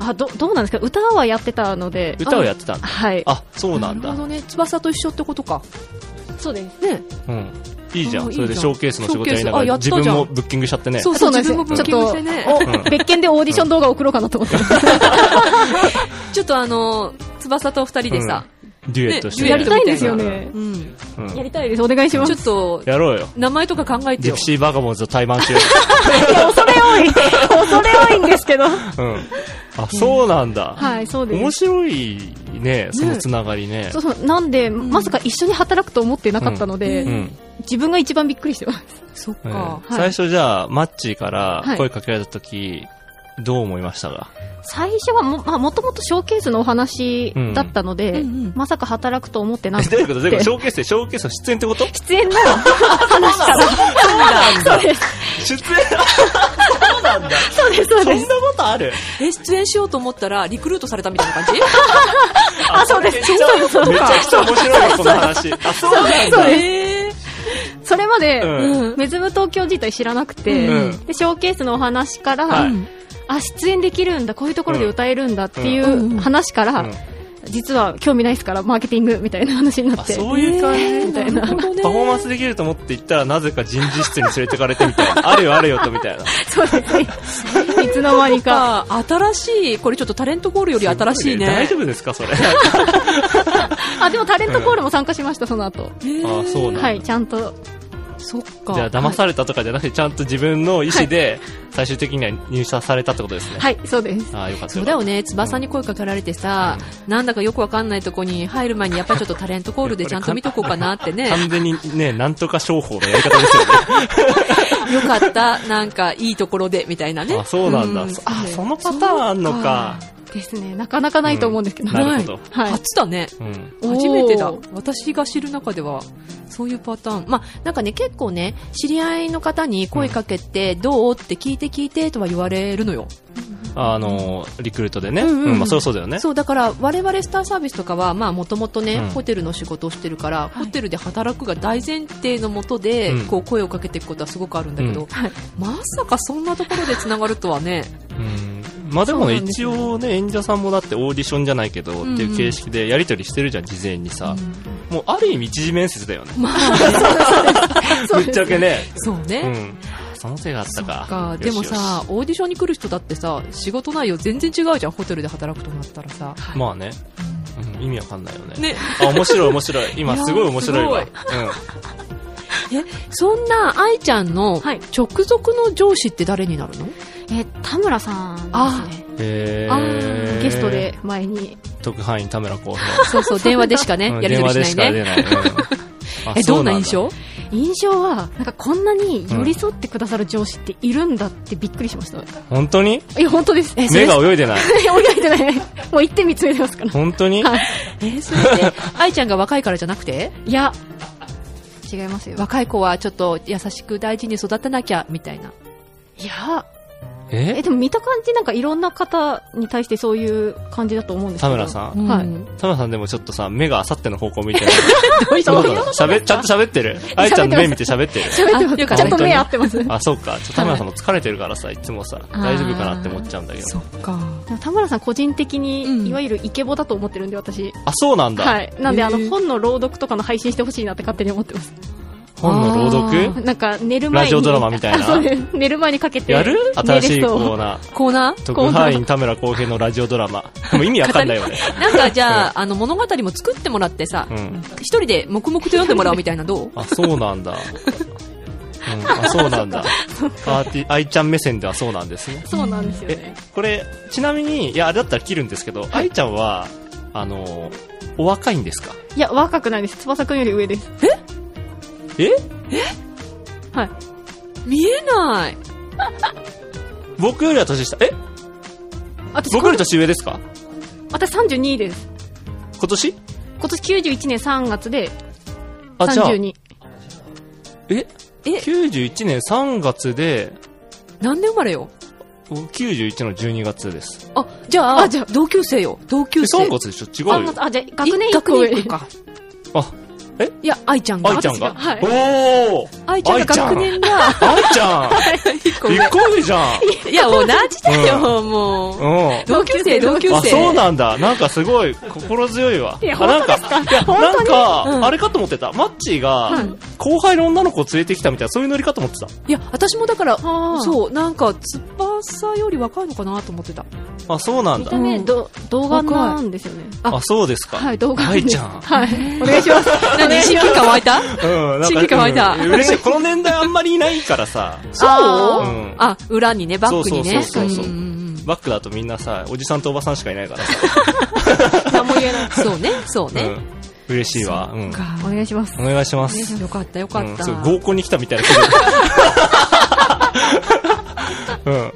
あどどうなんですか歌はやってたので
歌をやってたんだ。
はい
あ、そうなん
な
だ
るほ。どね、翼と一緒ってことか。
そうです
ね。
うん。いいじゃ
あー
ん。
いい
それでショーケースの仕事やりなが
ショ
ら、
ーケースあ
自
やった
分
じゃん
もブッキングしちゃってね。
そうそう、
そうなんで
自
す
分
よ
もブッキングしてね。
うん
別件でオーディション動画送ろうかなと思 ってます
ちょっとあの、翼と二人でさ、
デュエットして。
ね
やりたいんですよね
うん。
うん
やりたいですお願いしま
ち
す
ょっと、
やろうよ。
名前とか考えて
デ
よ
プ。シーバガボンズと対バンしよ
いや恐れ多い恐れ多いんです けどは
う。うん。あ、そうなんだ。
いそうです
面白いね、そのつながりね
そう。そうなんで、まさか一緒に働くと思ってなかったので、
うん。
自分が一番びっくりしてます
そっ
うん
か。
はい
最初じゃあ、マッチーから
はい
声かけられた時、どう思いましたか
最初はも,、まあ、もともとショーケースのお話だったので、
うんうん
まさか働くと思ってな
え
く
どういうことど ういうこと
て
ショーケースで、ショーケースの出演ってこと
出演の話からそうで
出
す
演そうなんだ。
そうですそう
そん
です
なことある
え、出演しようと思ったら、リクルートされたみたいな感じ
あそうです
めちゃくちゃめちゃくちゃ面白い、この話。あ、 そうなん
そ
だ。
うです
え
それまで、
うん
メズム東京自体知らなくて、
うん
でショーケースのお話から、
はい
あ出演できるんだこういうところで歌えるんだってい
うん
う話から、
うん
実は興味ないですからマーケティングみたいな話にな
あ、
って
そういう感じ
みたいな
なるほどね。
パフォーマンスできると思って行ったら、なぜか人事室に連れてかれてみたいな。あるよあるよと、みたいな。
そうですねいつの間にか
あ新しい、これちょっとタレントコールより新しいね。
大丈夫ですか、それ。
あでもタレントコールも参加しましたその後
えー
あそうなんだ
はいちゃんと
そっか。
じゃあ、騙されたとかじゃなくて、ちゃんと自分の意思で、最終的には入社されたってことですね。
はいそうです
ああ、よかった。
そうだよ
ね。
ね、翼に声かけられてさ、なんだかよくわかんないとこに入る前に、やっぱりちょっとタレントコールでちゃんと見とこうかなってね、
完全にね、なんとか商法のやり方です
よ
よ
かった、なんかいいところで、みたいなね。
ね。あ、そうなんだ。
うん
そあ、そのパターンあんのか。
ですねなかなかないと思うんですけど、
うんなるほど
はい
初だね。
うん。
おー
初めてだ。私が知る中では、そういうパターン。まあ、なんかね、結構ね、知り合いの方に声かけて、どうって聞いて聞いてとは言われるのよ。
あの、リクルートでね。
う
うん
うん
ん、まあ、そりゃそうだよね。
そう、だから、我々スターサービスとかは、まあ、もともとね、
うん
ホテルの仕事をしてるから、ホテルで働くが大前提のもとで、
うん
こう、声をかけていくことはすごくあるんだけど、
うん
はい
まさかそんなところで繋がるとはね、
うん。まあでもね
そうなんです
一
よ
応ね、演者さんもだってオーディションじゃないけど、っていう形式でやり取りしてるじゃん、事前にさ。もう ある意味一次面接だよね。
まあ、
そう
ぶ
で
っち
す
ゃけね。
そう
う
ね。
ん。その手があったか。
かで
よし
も
よし
さ、オーディションに来る人だってさ、仕事内容全然違うじゃん、ホテルで働くとなったらさ。
まあね、うん、意味わかんないよね。
ね、
あ、面白い面白い。今すごい面白いわ。
いや
うん。
え、そんな愛ちゃんの
はい
直属の上司って誰になる の、
え田村さんですね
え
あ
ー、
ゲストで前に
特派員田村浩平。
そうそう、電話でしかね、
うん
やり
電話
取
で
りし
しか
ないね。
出ない。うんあ
え、
そ
ど
うん
な
だ
印象
印象はなんかこんなに寄り添ってくださる上司っているんだってびっくりしました、
本当に
いや本当ですえ
目が泳いでない。
泳いでない もう一点見つめてますから
本当に
はい
え、それって、愛ちゃんが若いからじゃなくて
いや違いますよ
若い子はちょっと優しく大事に育てなきゃ、みたいな。
いやえ
え
でも見た感じなんかいろんな方に対してそういう感じだと思うんですけ
田
ど
村さん。
はい
うん
田村さんでもちょっとさ、目があさっての方向見てない。
どういう
どう
こと
なの喋ちゃんと喋ってる。愛ちゃんの目見て喋ってる。
喋って
よかっ
ますち
た
ゃんと目合ってますでも
あ、そうか。ちょっと田村さんの疲れてるからさ、いつもさ、大丈夫かなって思っちゃうんだけど。
そっか。
田村さん個人的
うん
にいわゆるイケボだと思ってるんで私
あ、そうなんだ。
はいなんであ
へー
の本の朗読とかの配信してほしいなって勝手に思ってます
本の朗読
なんか寝る前
ラ
に
ジオドラマみたい
あ そう
な。
です寝る前にかけて
やる新しいコー
う
ナー。
コーナー
特派員田村公平のラジオドラマ。でも意味わかんないよね。
なんかじゃあ、あの物語も作ってもらってさ、
うん。
一人で黙々と読んでもらうみたいなどう
あ、そうなんだ。うん、あ、そうなんだ。パーティー、愛ちゃん目線ではそうなんですね。
そうなんですよね
これ、ちなみに、いや、あれだったら切るんですけど、愛ちゃんは、あの、お若いんですか
いや若くないです翼くんより上です
え
はい
見えない。
僕よりは年下。え
私
僕より年上ですか
私32です
今年
今年91年3月で
あ、じゃあ、
32
え
え
?91 年3月で、
なんで生まれよ
91の12月です。
あ、じゃあ、
あじゃあ
同級生よ。同級
え、
生。
3月でしょ違うよ。
ああじゃあ学年
え
1
学
個上
年一個か。
あ、
いや、愛ちゃんが。
愛ちゃんが。
私がはい
おー
愛ちゃんが学年が、
愛ちゃん
一個
び
上
っ。くりじゃん
いや、同じだよ、もう。
うん。
同級生、同級生。
あ、そうなんだ。なんかすごい心強いわ。
いや
あなんか、いや、
本当
なん
に
か、
うん
あれかと思ってた。マッチーが
はい、
後輩の女の子を連れてきたみたいな、そういうノリかと思ってた。
いや、私もだから、
あー
そう、なんか、翼より若いのかなと思 ってた。
あ、そうなん
見
だ
た。目、ど動画なんですよね
あ
あ、そうですか。
はい動画
愛ちゃん。
はいお願いします
何親近感湧いた
うん、
新規が湧いた
うん嬉しい。この年代あんまりいないからさ。
あ
う
ー
ん。
あ、裏にね、バックにね。
そうそうそうそうん
ん ん
バックだとみんなさ、おじさんとおばさんしかいないからさ。
何も言えない
そうね、そう
う
ね。
ん。嬉しいわ。うん。
か
お願いします
お願いしま
ね
す。
よかった、よか
う
っ
ん
た。
そう合コンに来たみたいな気分。うん。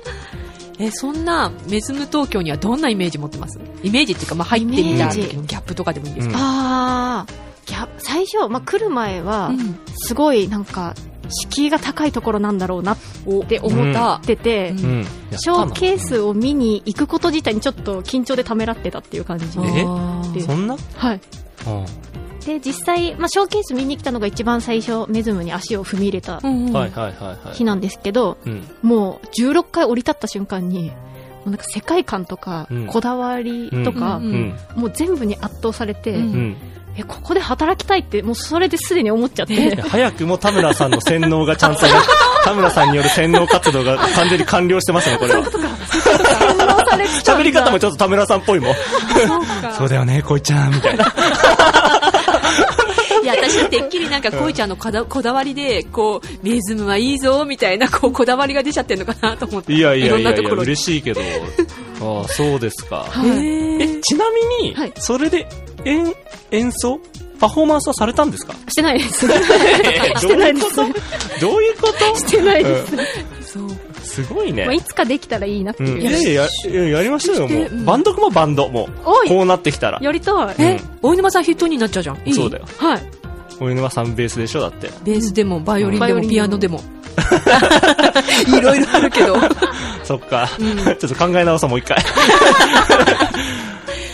え、そんな、メズム東京にはどんなイメージ持ってますイメージっていうか、まあ、入ってみた時のギャップとかでもいいですか、
あーギャ最初、まあ、来る前は、
うん
すごいなんか敷居が高いところなんだろうなっ
おって思った。
てて、
うん
うん。
ショーケースを見に行くこと自体にちょっと緊張でためらってたっていう感じ
んえ
あー
そんな
はい、
うん。
で実際、まあ、ショーケース見に来たのが一番最初メズムに足を踏み入れた
うんうん
はいはいはいはい。
日なんですけど、
うん。
もう16回降り立った瞬間にもうなんか世界観とか
うん
こだわりとか、
うん
うん。
もう全部に圧倒されて、
うん
うん。
えここで働きたいってもうそれですでに思っちゃって
いや早くも田村さんの洗脳がちゃんとね、田村さんによる洗脳活動が完全に完了してますね、これは。喋り方もちょっと田村さんっぽいもん。そうだよね、こいちゃん、みたいな。
いや、私、てっきりなんか、こいちゃんのこだ こだわりで、こう、メズムはいいぞ、みたいな、 こう、こだわりが出ちゃってるのかなと思って。
いやいや
ろん
い
な
やい
と
や、
ころに。
嬉しいけど。ああ、そうですか。
はい
え
え、ちなみに
はい、
それで演、演奏パフォーマンスはされたんですか
してないです
して
ないです
どういうこと
してないです、
そう。
すごい
まあ、い
ね。
つかできたらいいなって
うん、
いう、
いやいや、いややりましょうよ、も
してう
う。
ん
バンドもバンド、もう。
おい
こうなってきたら。
やりたい、
え、大沼さん筆頭になっちゃうじゃん。いい
そうだよ。
はい
俺沼さんベースでしょ、だって。
ベースでも、バイオリン
バイ
で
オ
も、
リンで
ピ
も
アノでも。いろいろあるけど。
そっか。ちょっと考え直そう、もう一回。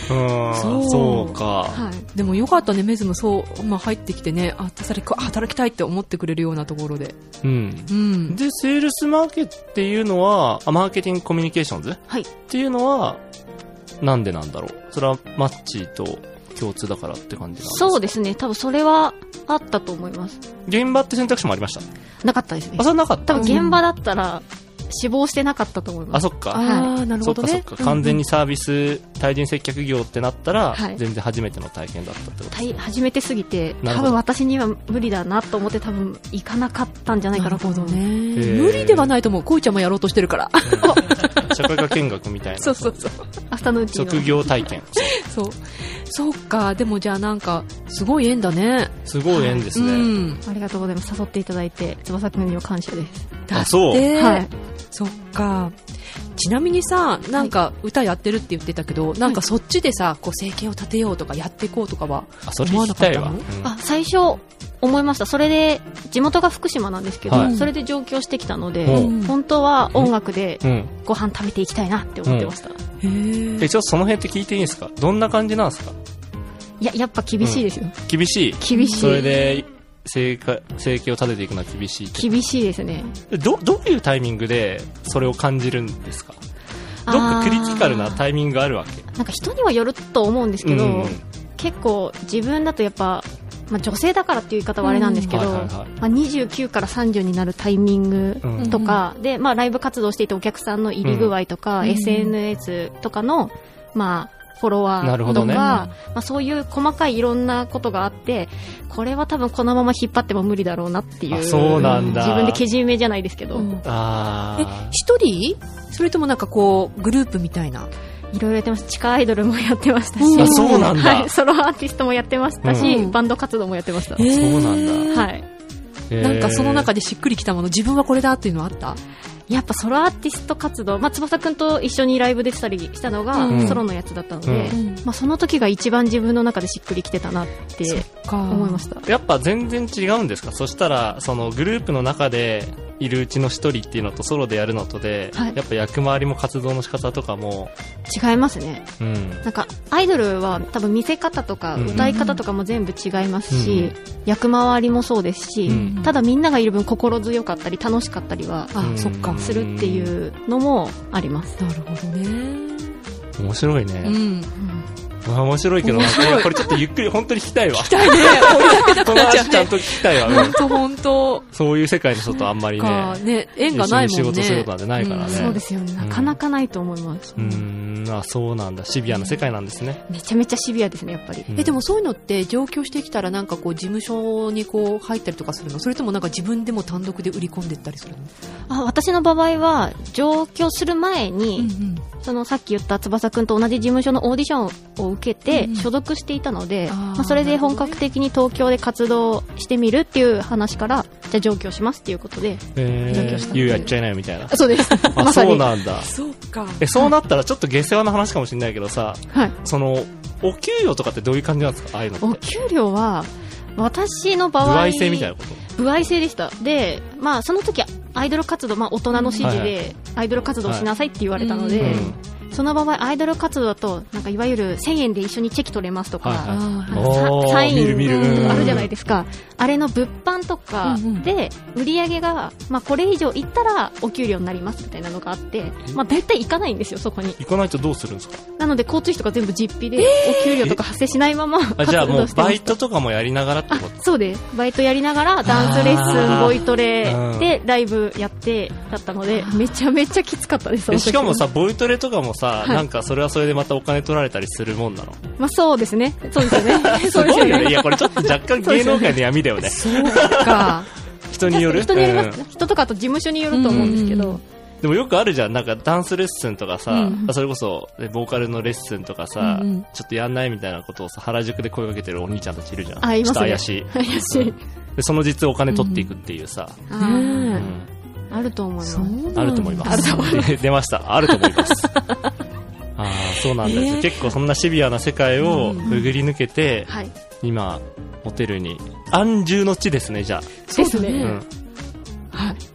うん、
そう
そうか。
はい
でもよかったね、メズム、そう、まあ、入ってきてね、あ、それ、働きたいって思ってくれるようなところで。
うん。
うん。
で、セールスマーケットっていうのは、あマーケティングコミュニケーションズっ
はい
ていうのは、なんでなんだろう。それはマッチーと共通だからって感じなんです
そう
で
ですね多分それはあったと思います
現場って選択肢もありました。
なかったですね
あ、それなかっ
多
た。
分現場だったら死亡してなかったと思いま
あ、
す
そっか。
ああ、なるほ
そっ
ど
かそっ
ね。
か。完全にサービス、対人接客業ってなったら、
はい
全然初めての体験だったってこと。
たい初めてすぎて
なる
多
ほど
分私には無理だなと思って多分行かなかったんじゃないか
なる
なと
ほ
思
ど
う
ね。
へー
無理ではないと思う。こいちゃんもやろうとしてるから。
社会科見学みたいな。
そうそうそう。
アフタヌーンティーの
職業体験。
そう。そうかでもじゃあなんかすごい縁だね
すごい縁です
う
ね。
ん
ありがとうございます。誘っていただいて、翼くんには感謝です。
だって
そう
はい。
そっかちなみにさなんか歌やってるって言ってたけど、なんかそっちでさこう生計を立てようとかやっていこうとかは
あ、それ
思わ
聞
な
き
かったた
い
の
わ。
あ、最初、思いました。それで、地元が福島なんですけど、
はい
それで上京してきたの
う
で、
ん
本当は音楽で
うん。うん
ご飯食べていきたいなって思ってました。
へー
え、ちょっとその辺って聞いていいんですかどんな感じなんですか
いや、やっぱ厳しいですよ。
厳しい。
厳し
それ
い。
で、生活生計を立てていくのは厳しいって
厳しいですね。
ど、どういうタイミングでそれを感じるんですかどっかクリティカルな
イ
タイミングがあるわけ
なんか人にはよると思うんですけど、
うんうん
結構自分だとやっぱ、まあ、女性だからっていう言い方はあれなんですけど、
うんはいはいはい
まあ、29から30になるタイミング
うん
とか、で、まあ、ライブ活動していてお客さんの入り具合とか、
うん
SNS とかの、まあ、フォロワ
な
ー
る
と
ほ
か、
どね
まあ、そういう細かいいろんなことがあって、これは多分このまま引っ張っても無理だろうなってい
あ
う、
そうなんだ
自分でけじめじゃないですけど、
うんえ
ああ。
一人それともなんかこうグループみたいない
ろいろやってました。地下アイドルもやってました
うん
し。
あ
そうなんだ
はい。ソロアーティストもやってましたし、
うん
バンド活動もやってました。
へー
そうなん
はい。
なんかその中
で、
でしっくりきたもの自分はこれだっていうのはあった
やっぱソロアーティスト活動、まあ、翼くんと一緒にライブ出てたりしたのが、
うん
ソロのやつだったので、
うん
まあ、その時が一番自分の中でしっくりきてたなって
か
思いました。
やっぱ全然違うんですかそしたら、そのグループの中でいるうちの一人っていうのとソロでやるのとで、
はい
やっぱ役回りも活動の仕方とかも、
違いますね。
うん。
なんか、アイドルは多分見せ方とか
うん
歌い方とかも全部違いますし、
うん
役回りもそうですし、
うん
ただみんながいる分心強かったり楽しかったりは
あ
うん
そっか
するっていうのもあります。
なるほどね
面白いうね。
ん
あ面白いけど、
面白い
なんかこれちょっとゆっくり本当に聞きたいわ。
痛いね追いかけた
こ
く
の
なっちゃ
話
う
ちゃん
ね
と聞きたいわ。う
本
ん
当本当
そういう世界の人とあんまり
か
ね、
ね縁がないもんね
一緒に仕事することなんてないからね
そうですよね。なかなかないと思います。
うーん、あ、そうなんだ。シビアな世界なんですね。
めちゃめちゃシビアですね、やっぱり。
うん
えでもそういうのって上京してきたらなんかこう事務所にこう入ったりとかするのそれともなんか自分でも単独で売り込んでったりするの
あ私の場合は上京する前に、
ん
そのさっき言った翼くんと同じ事務所のオーディションを受け
う
て
ん
所属していたので、
あー
まあ、それで本格的に東京で活動してみるっていう話からじゃあ上京しますっていうことで
え
上京した
ー、
って
ゆ
いうう
やっちゃいなよみたいな。
そうです
あ、
まさ
そう
に
なんだ。
そうか
え、そうなったらちょっと下世話な話かもしれないけどさ、
はい、
その、お給料とかってどういう感じなんですかああいうのって。
お給料は私の場合
具合制みたいなこと
歩合制でしたで、まあ、その時アイドル活動、まあ、大人の指示
は
でアイドル活動しなさいって言われたので、
はいう
その場合アイドル活動だとなんかいわゆる1000円で一緒にチェキ取れますとか、
はいはい
あ
あ
ー
の
おー
ササイン
見る見る
とかあるじゃない
で
ですか、あれの物販とか
うんうん
で売り上げが、まあ、これ以上いったらお給料になりますみたいなのがあって、まあ、大体行かないんですよ、そこに
行かないとどうするんですか
なので交通費とか全部実費で、お給料とか発生しないまま
あ
活
じゃあも
動
う
してま
バイ
した
トとかもやりながらってこ
あ
と
そうですバイトやりながらダンスレッスン
あー
ボイトレ
うん
でライブやってだったのでめちゃめちゃきつかったですそ
え
の時
しかもさ、ボイトレとかもさ、
はい
なんかそれはそれでまたお金取られたりするもんなの。
まあ、そうですねそうですよね
す
そうです
ご
よ
いよね。い
ね
や、これちょっと若干芸能界の闇だよね。
そう か
人による
人によりま
う
す、
ん
人とかあと事務所によると思うんですけど、
うん
でもよくあるじゃん。なんかダンスレッスンとかさ、
うん
それこそ、ねボーカルのレッスンとかさ、
うんうん
ちょっとやんないみたいなことをさ、原宿で声かけてるお兄ちゃんたちいるじゃん。
あいますね
ちょっと怪しい。
怪しい
うんで、その実お金取っていくっていうさ、
あ
う
ー
ん
うん
あると思います
そうなんだ
あると思います。出ました。あると思い ます。ああ、そうなんです、
えー
結構そんなシビアな世界をくぐり抜けて、
はい
今、ホテルに、安住の地ですね、じゃ
です
そうだ
あ。う
ね、
ね
ん。
はい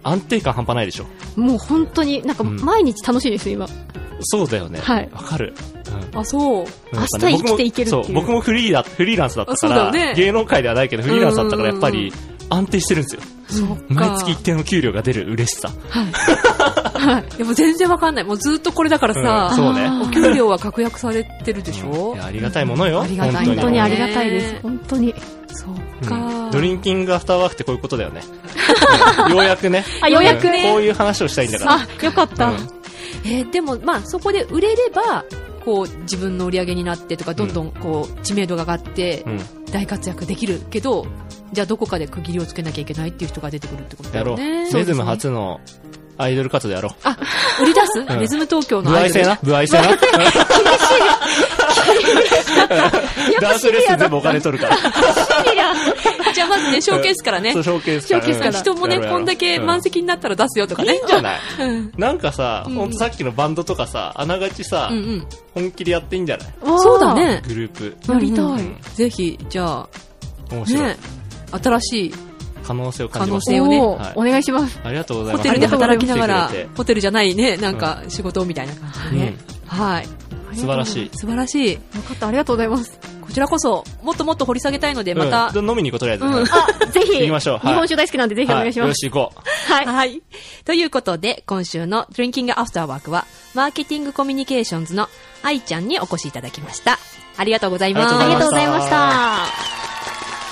安定感半端ないでしょ。
もう本当になんか
うん
毎日楽しいです今、
そうだよね。
はい
わかる。うん
あそう
やっぱ
明日生きていけるってい
僕も
う
そう、僕もフリーだ、フリーランスだったか
あそ
ら、
うだよね
芸能界ではないけど、フリーランスだったからやっぱり安定してるんですよ。
そっか
毎月一定の給料が出る嬉しさ。
でも全然わかんない。もうずっとこれだから
うん
さ、
そうね。
お給料は確約されてるでしょ、
いやありがたいものよ。
ありがたい
本当にありがたいで
ね
す本当に
そう
う
か。
んドリンキングアフターワークってこういうことだ よね。うんようやくね。
あようやく
うんこう
ね
いう話をしたいんだから。
あよかった、
うん
えーでもまあそこで売れれば、こう自分の売り上げになってとか、どんどんこう知名度が上がって
うん。
大活躍できるけど、じゃあどこかで区切りをつけなきゃいけないっていう人が出てくるってことだ
やろ
よ
う。
ね。
メズム初のアイドル活動やろう。
売り出す、
ん
メズム東 京
不
のア
愛
イド
制
ル。
な不愛制なダンスレッスン全部お金取るから。
いや、じゃあまずね、ショーケースからね
そう、。ショーケース
シ
か
ョ
ら。
ーケースから。人もね、
やろうやろう
こんだけ満席になったら出すよとか
うんい
ね
いん。じゃない
うん。
なんかさ、ほんとさっきのバンドとかさ、あながちさ
うんう、ん。
本気でやっていいんじゃない
そうだ。ね。
グループ。
やりたい
ん
ぜひ、じゃあ、
面白い
ね。、新しい
可能性を感じま
可能
す
性。をね
お
はい
ーお願いします。
ありがとうござい
ホ
ます。
テルで働きながら
来てくれ、て
ホテルじゃないね、なんか仕事みたいな感じでね。はい。
素晴らしい。
素晴らしい。
分かった、ありがとうございます。
こちらこそ、もっともっと掘り下げたいので、
う
ま
ん
た、
で飲みに行こうとりあえず。
うん。あ
はい、
ぜひ、
行き
日
ましょうはい
本酒大好きなんでぜひお願いし
よ
ます。
し、行こ
はい。
はい。ということで、今週の Drinking After Work は、マーケティングコミュニケーションズの愛ちゃんにお越しいただきました。ありがとうございます。
あ
ありがとうござい
ま
ま
し
したた。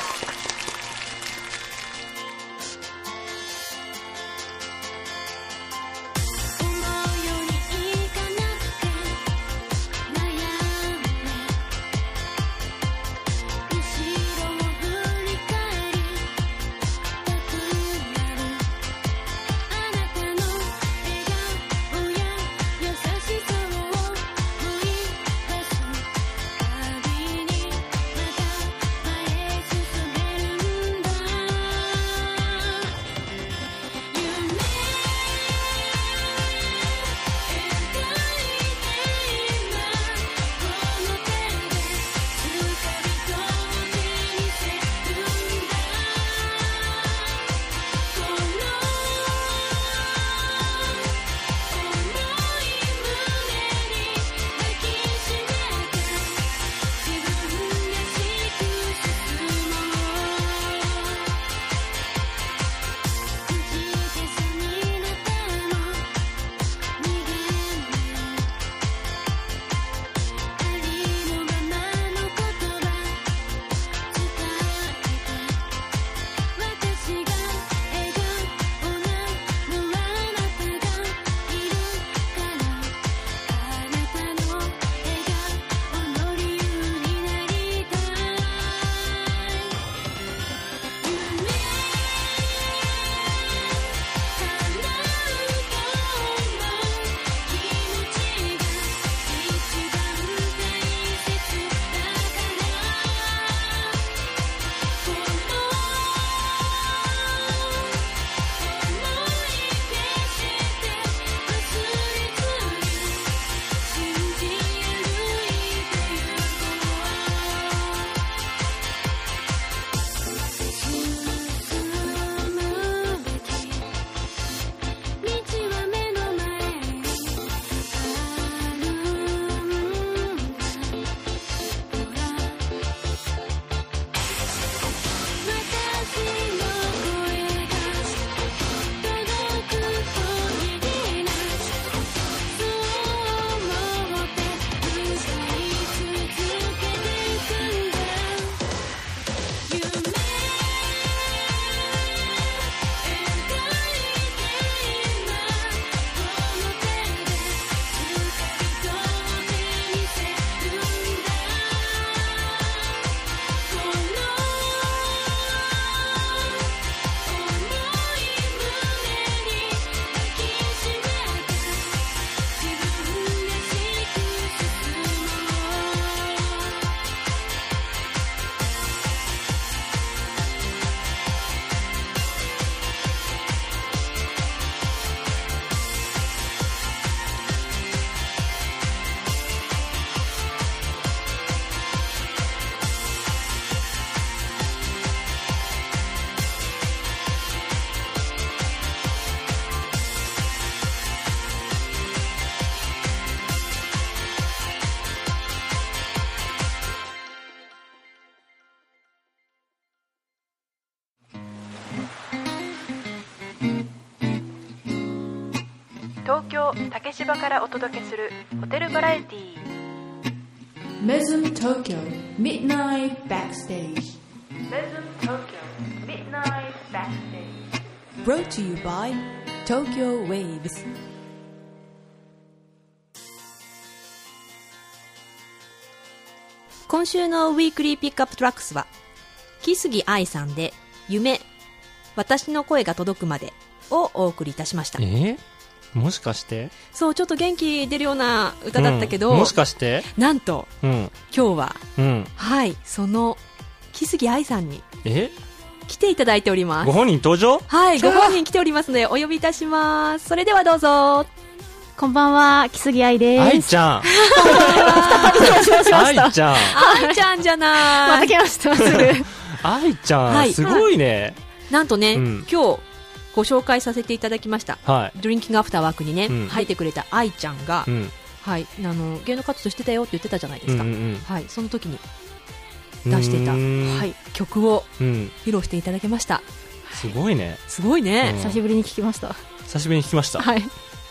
東京竹芝からお届けするホテルバラエティー
Mesm Tokyo Midnight Backstage. Brought to you by Tokyo Waves.
今週のウィークリーピックアップトラックスは、木杉愛さんで、夢、私の声が届くまでをお送りいたしました
う。。えもしかして
そう、ちょっと元気出るような歌だったけど、
うんもしかして
なんと、
うん
今日は、
うん
はい、その、木杉愛さんに
え
来ていただいております
ご。本人登場
はい、ご本人来ておりますので、お呼びいたします。それではどうぞ。
こんばんは、木杉愛で
愛
す。
ち ゃん
ました
愛ちゃん
愛ちゃんじゃ
ま
な
た
い。
来 ました、すぐ。
愛ちゃ
は
ん
い
すごいね
なんとね、
うん
今日、ご紹介させていただきました。
は
ドリンキングアフターワークにね、
うん
入ってくれた愛ちゃんが、
いうん
はい、あの、芸能活動してたよって言ってたじゃないで
う
す
んう
か。
ん
はい、その時に
うん
出していた、
うーん
はい、曲を
うん
披露していただきました。
すごいね
すごいね。
うん
久しぶりに聞きました。
久しぶりに聞きましたへ
はい。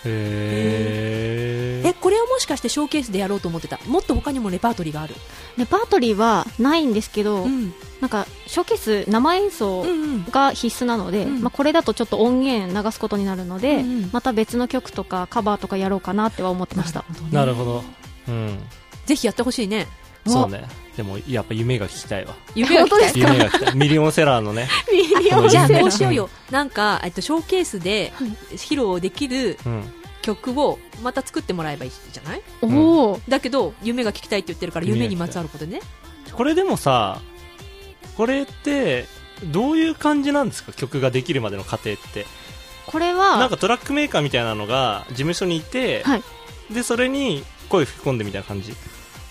え
えこれをもしかしてショーケースでやろうと思ってたもっと他にもレパートリーがある、
レパートリーはないんですけど、
ん
なんか、ショーケース生演奏
うん
が必須なので、
うん
まあ、これだとちょっと音源流すことになるので、
うんうん
また別の曲とかカバーとかやろうかなっては思ってました。
なるほどうん
ぜひやってほしいね
そうねでもやっぱ夢が聞きたいわ
夢を
本当です
夢が聞きたいミリオンセラー のね
ミリ
オン
じゃあ
夢
こうしようよなんか、えっと、ショーケースで披露できる
うん
曲をまた作ってもらえばいいじゃない
おお、
だけど夢が聞きたいって言ってるから夢にまつわることね
これでもさこれってどういう感じなんですか曲ができるまでの過程って
これ
なん
は
かトラックメーカーみたいなのが事務所にいて、
はい
でそれに声吹き込んでみたいな感じ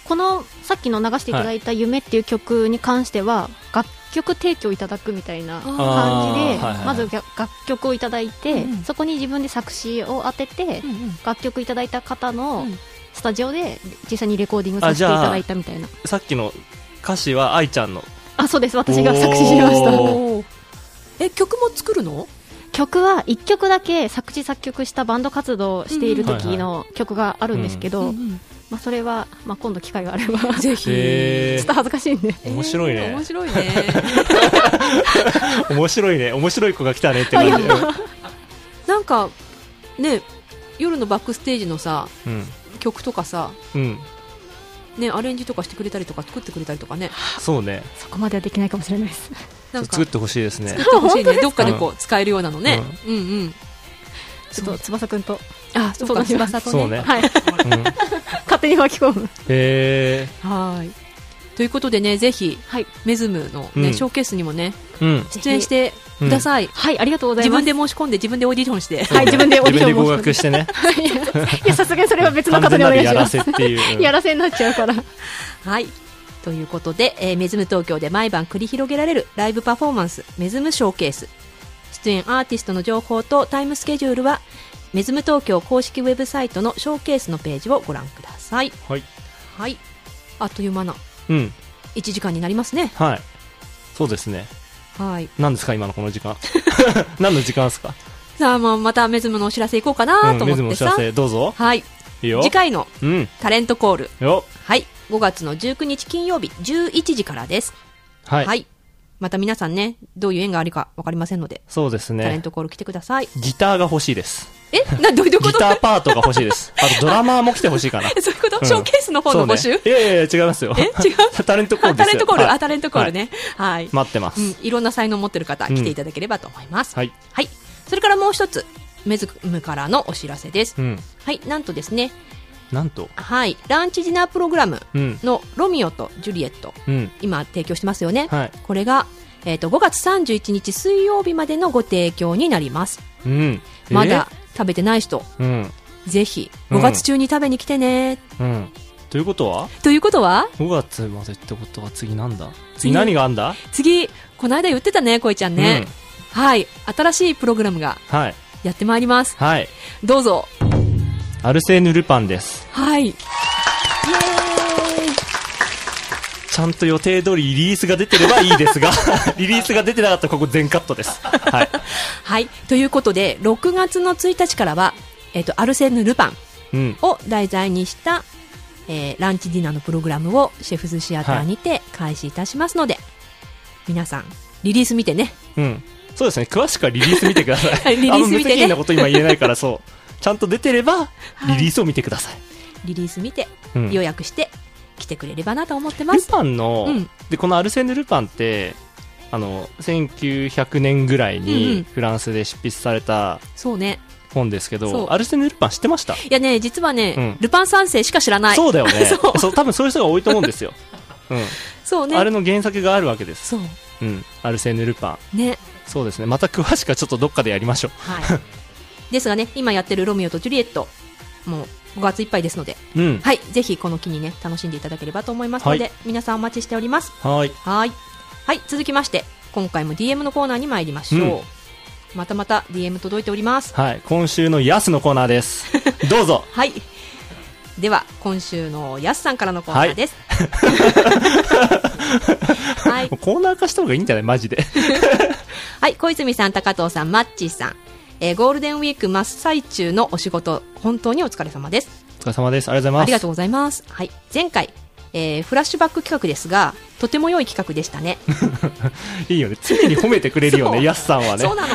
このさっきの流していただいた「夢」っていう曲に関しては楽曲提供いただくみたいな感じ
あ
で、
ーはいはい
まず楽楽曲をいただいて、
うんうん
そこに自分で作詞を当てて、楽曲いただいた方の
うん
スタジオで実際にレコーディングさせていただいたみたいな
さっきの歌詞は愛ちゃんの
あそうです私が作詞しまし
お
た
ー
おーえ曲も作るの
曲は1曲だけ作詞作曲したバンド活動をしている時の曲があるんですけど、まあ、それは、まあ、今度機会があれば ちょ
ぜひ、
へ
っと恥ずかしいんで
ー面白
え
い
ー
ね
面、 白いね
面白いね面白い子が来たねって感じで、
なんかね夜のバックステージのさ
うん
曲とかさ
うん、
ね、アレンジとかしてくれたりとか作ってくれたりとかね
そうね
そこまではできないかもしれないです
なんか
作ってほしいですね
作ってほしいねどっかでこう使えるようなのね、うん、うん
ちょっと翼くんと
あそうか
そうだね
翼と
そうね、
はい
うん、
勝手に巻き込む
え
はいということでねぜひ
はい、
メズムの、ね
うん
ショーケースにもね
ー、うん
ひ
出演してください、
はい、ありがとうござい
自
ま
分
す
で申し込んで自分でオーディションして
はい自分でオーディション
自分で合格してね
いやさすがにそれは別の
完
方
全
で
な
お
る
願い
や
し
ら
ます
せっていう、うん
やらせになっちゃうから
はい。ということで、えーメズム東京で毎晩繰り広げられるライブパフォーマンス、メズムショーケース。出演アーティストの情報とタイムスケジュールは、メズム東京公式ウェブサイトのショーケースのページをご覧ください。
はい、
はい。あっという間な
うん
1時間になりますね。
はいそうですね
はい。
何ですか今のこの 時間何の時間ですか
さあ、まあ、またメズムのお知らせいこうか
う
なんと思って
のお知
さ
ら。せどうぞ
はい。
いいよ
次回の
うん
タレントコール。
よ
はい。5月の19日金曜日11時からです。
はい、
はい。また皆さんね、どういう縁があるかわかりませんので、
そうです
タレン
ね
トコール来てください。
ギターが欲しいです
え な、どういうこ
ギ
と
ターパートが欲しい ですあとドラマーも来てほしいかな
そういうこと、
うん
ショーケースの方
そう
の
ね
募集、
いやいやいや違いますよ
え違う
タレントコール
あ
で
タ
すよ
レントコール、
はい
あ、タレントコールね。はい。
待ってます、
うん、いろんな才能を持ってる方、
うん
来ていただければと思います。
はい
はい。それからもう一つ、メズムからのお知らせです。
うん
はい。なんとですね、
なんと
はい。ランチディナープログラム
うん
のロミオとジュリエット、
うん
今提供してますよね。
はい
これが、えっ、と、5月31日水曜日までのご提供になります。
うん
まだ食べてない人、
えうん
ぜひ、
うん
5月中に食べに来てね。
うんということは
ということは、
5月までってことは次なんだ次何があんだ
次、この間言ってたね、こいちゃんね。はい。新しいプログラムが
うん、はい
やってまいります。
はい
どうぞ。
アルセーヌ・ルパンです
はい。
ちゃんと予定通りリリースが出てればいいです がリリースが出てなかったらここ全カットですはい
はい。ということで、6月の1日からは、えっ、と、アルセーヌ・ルパン
うん
を題材にした、えーランチディナーのプログラムをシェフズシアターにて開始いたしますので、皆さん、リリース見てね。
うんそうですね詳しくはリリース見てくださ
はい
い
リリース見てね
あんま無責任なこと今言えないからそうちゃんと出てればリリースを見てください、
リリース見て、
うん
予約して、来てくれればなと思ってま
ル
す。
パンの、
うん
でこのアルセーヌ・ルパンってあの1900年ぐらい
うんう
に
ん
フランスで執筆された
そうね。
本ですけ
そう
ど、アルセーヌ・ルパン知ってました
いやね、実はね、
うん
ルパン三世しか知らない。
そうだよね
そ。う
そう、多分そういう人が多いと思うんですよ。う。
そうん
あ れ
ね。
の原作があるわけです。
そう。
うん。アルセーヌ・ルパン。
ね。
そうですね。また詳しくはちょっとどっかでやりましょ
はい。ですがね、今やってるロミオとジュリエット、もう5月いっぱいですので、
う。うん。
はい。ぜひこの機にね、楽しんでいただければと思いますので、
は
皆さんお待ちしております。
はい。
はい。はい。続きまして、今回も DM のコーナーに参りましょう。
うん
またまた DM 届いております。
はい。今週のヤスのコーナー です。どうぞ。
はい。では、今週のやすさんからのコーナー です。はい。
もうコーナー化した方がいいんじゃないマジで。
はい、小泉さん、高藤さん、マッチーさん、えーゴールデンウィーク真っ最中のお仕事、本当にお疲れ様です。
お疲れ様です。ありがとうございます。
ありがとうございます。はい、前回、えーフラッシュバック企画ですが、とても良い企画でしたね。
いいよね。常に褒めてくれるよ
そ
ね、
う
ヤスさんはね
そう。なの。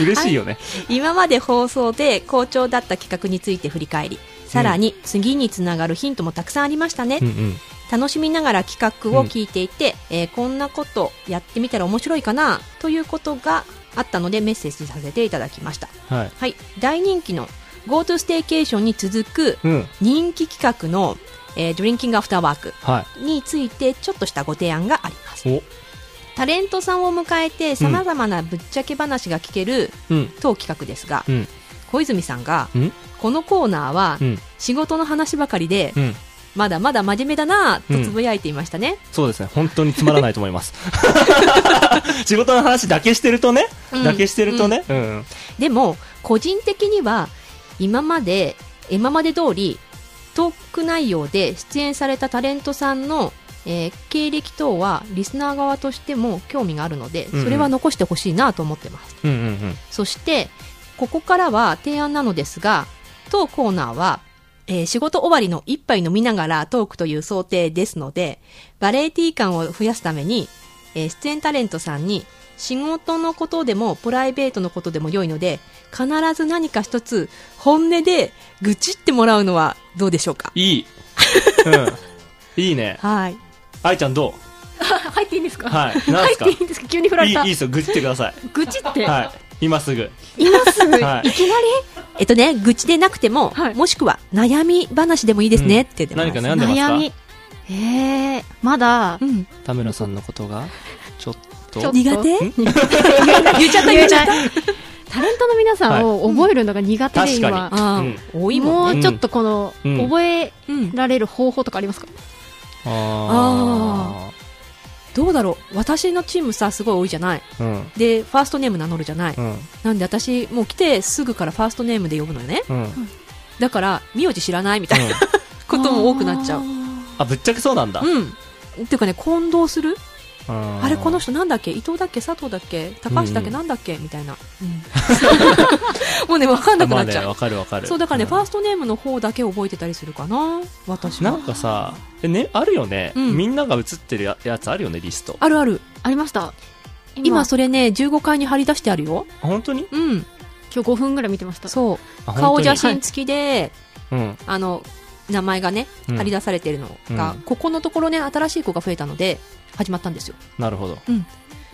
嬉しいよね。
今まで放送で好調だった企画について振り返り、さらに次につながるヒントもたくさんありましたね。
うんうん。
楽しみながら企画を聞いていて、えーこんなことやってみたら面白いかなということがあったのでメッセージさせていただきました。
はい。
はい、大人気の GoTo ステーケーションに続く
うん。
人気企画の、えードリンキングアフターワーク
は
についてちょっとしたご提案があります
い。お。
タレントさんを迎えてさまざまなぶっちゃけ話が聞ける
うん。
当企画ですが、
うん。
小泉さんが
うん
このコーナーは
うん。
仕事の話ばかりで
うん。
まだまだ真面目だなぁとつぶやいていましたね、
そうですね。本当につまらないと思い ます。仕事の話だけしてるとね。
うん
だけしてるとね。うん。
でも個人的には今まで今まで通りトーク内容で出演されたタレントさんの、えー経歴等はリスナー側としても興味があるので
うんうん
それは残してほしいなと思ってます、
うんうんうん。
そしてここからは提案なのですが当コーナーは、えー仕事終わりの一杯飲みながらトークという想定ですのでバレエティ感を増やすために、えー出演タレントさんに仕事のことでもプライベートのことでも良いので必ず何か一つ本音で愚痴ってもらうのはどうでしょうか
いい。うん。いいね。
はい
愛ちゃんど
入っていいんです
う
か
はい。なん
入
す
っ
か
ていいんですか急に振ら
い
れ
い、
た
いいですよ。愚痴ってくださ
愚痴っ
い。
て、
はい。今すぐ。
今すぐ、
はい
い、きなりえっとね愚痴でなくても、
はい
もしくは悩み話でもいいですね、
うん
って言ってます
何か悩んでます
悩
か
みえー、まだ
うん
田村さんのことが、ちょっと。
ちょっと
苦手
ん
言っちゃった言っちゃった
タレントの皆さんを覚えるのが苦手で
確
今、
かに。
あ
うん
多い
も
もんね
うちょっとこの、
うん
覚え
うん
られる方法とかありますか、
あ
どうだろう私のチームさすごい多いじゃない
ー。うん。
でファーストネーム名乗るじゃない
うん。
なんで私もう来てすぐからファーストネームで呼ぶのよね
うん。
だから名字知らないみたいなことも多くなっちゃう
あ、ぶっちゃけそうなんだ。
うんっていうかね混同する
あ
あれこの人なんだっけ伊藤だっけ佐藤だっけ高橋だっけなんだっけみたいなもうね分かんなく なっち
まあ
ゃ
ね
う
わかるわかる。
そうだからね
ん
ファーストネームの方だけ覚えてたりするかな私
な
は
んかさ、えね、あるよね。
うん
みんなが写ってるややつあるよね、リスト。
あるある
ありました
今
今今
それね15階に貼り出してあるよ
あ本当に
うん
日5分ぐらい見てました
そう
あ本当
顔
に
写真付きで、
うん。
あの名前がね
うん
貼り出されてるのが、
うん
ここのところね新しい子が増えたので始まったんですよ
なるほど。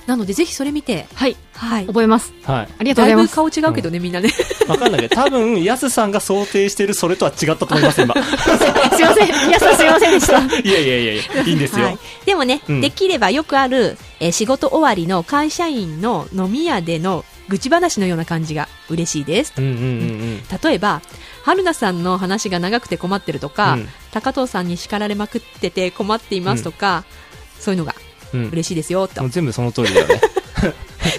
なのでぜひそれ見て
はい
はい
覚えます
はい。
ありがとう
だ
ござ
い
いま
ぶ
す
顔違うけどね、みんなねす
わかんないけど、多分、やすさんが想定してるそれとは違ったと思いま す、今。
すいません皆さんすいませんでした
いやいやいやいや、いいんですよ。
はい、でもね、
うん
できればよくある、えー仕事終わりの会社員の飲み屋での愚痴話のような感じが嬉しいです
うんうんうんうん。
例えば春菜さんの話が長くて困ってるとか、
うん
高藤さんに叱られまくってて困っていますとか、そういうのが
うん
嬉しいですよと、
もう全部その通りだよね。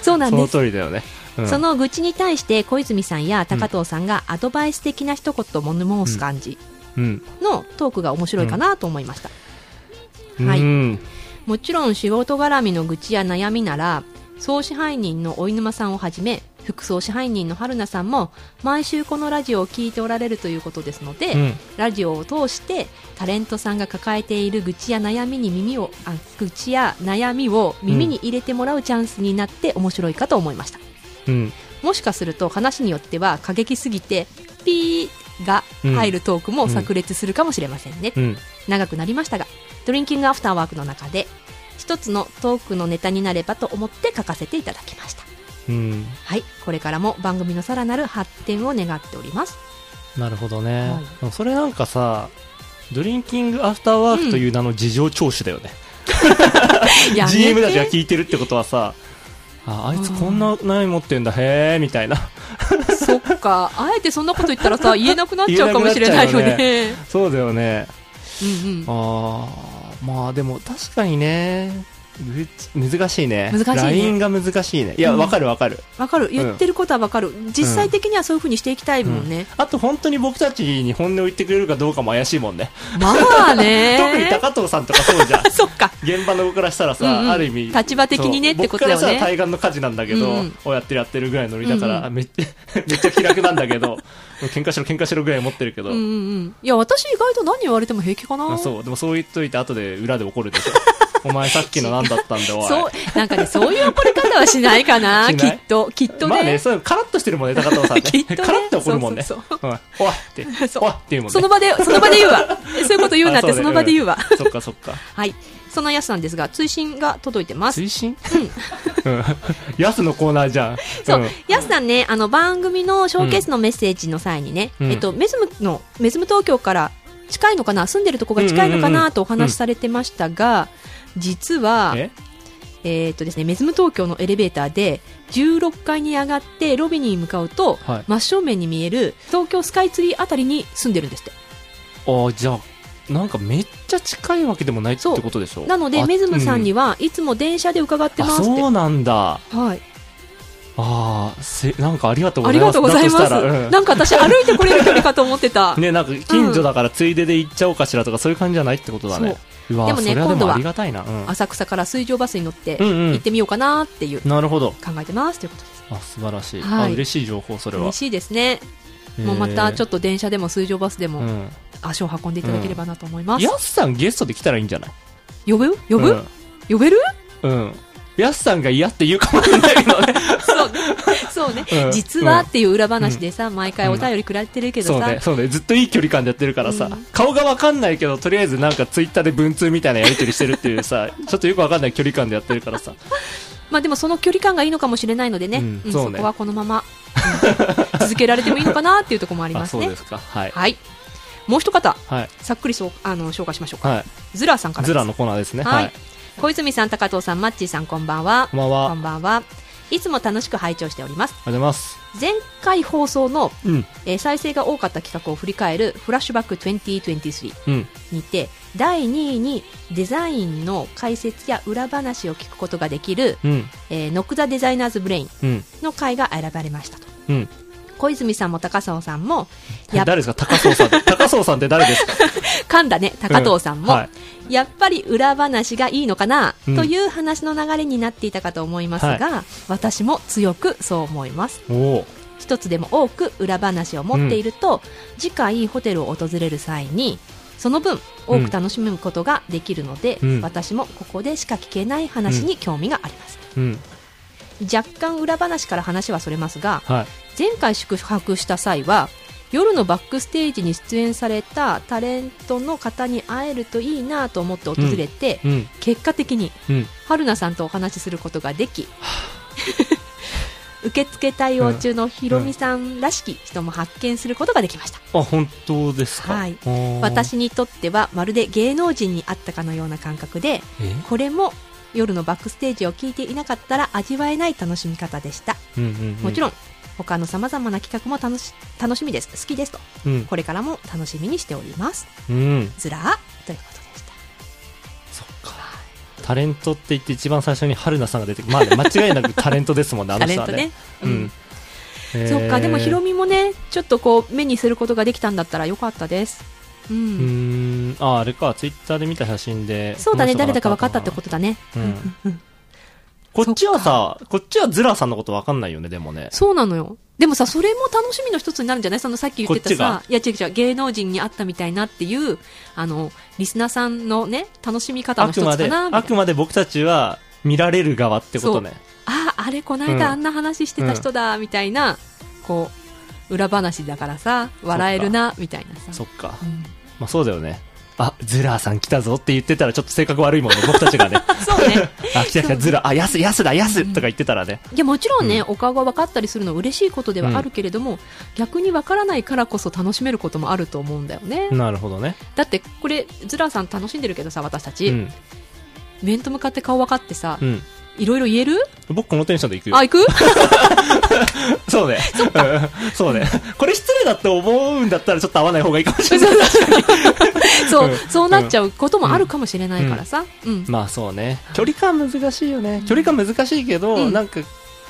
そう なん
そ
で
の
す。
通りだよね。うん
その愚痴に対して小泉さんや高藤さんがアドバイス的な一言を物申す感じ
うん。
のトークが面白いかなと思いました、はい
うん
もちろん仕事絡みの愚痴や悩みなら総支配人の老沼さんをはじめ副総支配人の春菜さんも毎週このラジオを聞いておられるということですので、
うん
ラジオを通してタレントさんが抱えている愚痴や悩みに耳をあ愚痴や悩みを耳に入れてもらうチャンスになって面白いかと思いました、
うん。
もしかすると話によっては過激すぎてピーが入るトークも炸裂するかもしれませんね、
うん。
長くなりましたがドリンキングアフターワークの中で一つのトークのネタになればと思って書かせていただきました
うん。
はい、これからも番組のさらなる発展を願っており ます。
なるほどね。
はい
でもそれなんかさ、ドリンキングアフターワークという名の事情聴取だよね。
やめて
GM たちが聞いてるってことはさ、ああいつこんな悩み持ってんだ、へえ、みたいな。
そっか、あえてそんなこと言ったらさ、言えなくなっちゃうかもしれないよ
言
ね。
そうだよね。
うん
ああ、まあでも確かにね、ぐち難しいね。
難しいね
ラインが難しいね。いや、わかるわかる。
うん。わかる。言ってることはわかる。実際的にはそういう風にしていきたいもんね。
あと本当に僕たちに本音を言ってくれるかどうかも怪しいもんね。
まあね。
特に高藤さんとかそうじゃ ん。
そっか。
現場の僕からしたらさ、
うんうん
ある意味
立場的にね
そう
ってことだよね
僕からしたら対岸の火事なんだけど、
うんうん
をやってるやってるぐらいのノリだから、
うんう
めっちゃ めっちゃ気楽なんだけど喧嘩しろ喧嘩しろぐらい思ってるけど、
うんうんうん。いや、私意外と何言われても平気か
ま
な。
あ
そう。
そうでもそう言っといて後で裏で怒 るでしょお前さっきの何だったんだおい
なんかね、そういう怒り方はしないかな。
し
き
ない
っと、きっと
まあね
ね。
そうカラッとしてるもんね高藤さんね
きっとね
カラッと怒るもんね
そう
うんおいって
そう
おいって言うもんね
その場で、その場で言う わ。そういうこと言うなって、
あ
その場で言うわ。
んそっかそっか
はい。そんなやつなんですが、追伸が届いてます。
推進うんヤスのコーナーじゃん
そう、
ん
やすさんね、あの番組のショーケースのメッセージの際にね、
うん
えっと、メズムの、メズム東京から近いのかな、住んでるとこが近いのか
うんうんうんう
なんとお話しされてましたが、実は、
え
えーっとですね、メズム東京のエレベーターで、16階に上がってロビーに向かうと、
はい
真正面に見える東京スカイツリーあたりに住んでるんですって。
ああじゃあなんかめっちゃ近いわけでもないってことでしょ
なので、
あ
メズムさんに
う
はいつも電車で伺って
あ
ますって
そう。なんだ
はい。
ああせなんかありがとう
あ
ござ
り
い
が
ます
とうございま
だ
す。
としたらうん
なんか私歩いてこれる距離かと思ってた。
ねなんか近所だからついでで行っちゃおうかしらとかそういう感じじゃないってことだねうわ
でもね
それはで
今度
も
は
ありがたいなうん
浅草から水上バスに乗って
うんう
行っ
ん
てみようかなっていう
なるほど
考えてますということです
あ素晴らしい
は
あ
い
嬉しい情報それは
嬉しいですね、もうまたちょっと電車でも水上バスで
と
も
うん
足を運んでいただければなと思います、
ヤスさんゲストで来たらいいんじゃない
呼ぶ呼ぶ、呼べる
うんうんヤスさんが嫌って言うかもしれないけどね
そうねそうね、
うん
実はっていう裏話でさ、毎回お便り食らってるけ
そ
ど
う
さ、
ねそうねずっといい距離感でやってるからさ顔がわかんないけどとりあえずなんかツイッターで文通みたいなやり取りしてるってい うさちょっとよくわかんない距離感でやってるからさ
まあでもその距離感がいいのかもしれないのでね,、
うん
うん
そう
そ
ね
こはこのま ま、うん続けられてもいいのかなっていうところもあり
あ
ます
そう
ね
ですかはい
はいもう一方
はい
さっくりそうあの紹介しましょうか、
はい
ズラさんからです
ズラのコーナーですね
は
はいい
小泉さん高藤さんマッチーさんこんばんは
こんばんは
こんばんは。いつも楽しく拝聴しております。
ありがとうございます
前回放送の、
うん
えー再生が多かった企画を振り返るフラッシュバック2023
うん
にて、第2位にデザインの解説や裏話を聞くことができる、
うん
えーノック・ザ・デザイナーズ・ブレイン
うん
の回が選ばれましたと。
うん
小泉さんも高尾さんも、や
誰ですか 高荘さんって高荘さんって誰ですか
噛んだね、高藤さんも、
うんはい
やっぱり裏話がいいのかな、
うん
という話の流れになっていたかと思いますが、私も強くそう思います。
おお
一つでも多く裏話を持っていると、次回ホテルを訪れる際にその分多く楽しむことができるので、
うん
私もここでしか聞けない話に興味があります、
うん
若干裏話から話はそれますが
はい
前回宿泊した際は夜のバックステージに出演されたタレントの方に会えるといいなと思って訪れて、
うん
結果的に
うん
春菜さんとお話しすることができ受付対応中のひろみさんらしき人も発見することができました、
あ本当ですか
はい
おー
私にとってはまるで芸能人に会ったかのような感覚で
え
これも夜のバックステージを聞いていなかったら味わえない楽しみ方でした
うんうん
もちろ
ん
ん他のさまざまな企画も楽し楽しみです好きですと
うん
これからも楽しみにしております
うん
ずらーということでした
そっかタレントって言って一番最初に春菜さんが出てくる まあね間違いなくタレントですもんねあ
タ
の
レ
人
ン
は
ト
ね
ね、
う
うん
んえー
そっか、でもヒロミもね、ちょっとこう、目にすることができたんだったらよかったです。う。
うんーんああれかツイッターで見た写真で
そうだね、誰だか分かったってこととだね。
うんこっちはさ、こっちはズラさんのこと分かんないよね、でもね。
そうなのよ。でもさ、それも楽しみの一つになるんじゃないそのさっき言ってたさ
こ、
いや違う違う、芸能人に会ったみたいなっていう、あの、リスナーさんのね、楽しみ方の
あ
一
く
つ
ま
か
で、
なみたい
あく
な。
まで僕たちは見られる側ってことね。
あ、あれこないだあんな話してた人だ、みたいな、こう、裏話だからさ、笑えるな、みたいなさ。
そっか。
うん
まあそうだよね。あ、ズラーさん来たぞって言ってたらちょっと性格悪いもんね、僕た ちがね。
そう ね。
あ、来た来た、ズラー、あ、安、安だ、安とか言ってたらね。
いやもちろんね、お顔が分かったりするのは嬉しいことではあるけれども、逆に分からないからこそ楽しめることもあると思うんだよね、
なるほどね。
だってこれズラさん楽しんでるけどさ私たち、
うん。
面と向かって顔分かってさ、
うん。
いろいろ言える
僕このテンションで行くよ
あ。行 く
そう ね。うん そうね。これ失礼だって思うんだったらちょっと合わない方がいいかもしれない。
そう、
うん
そうなっちゃうこともあるかもしれないからさ、うん
まあそうね。距離感難しいよね。距離感難しいけど、
うん
なんか、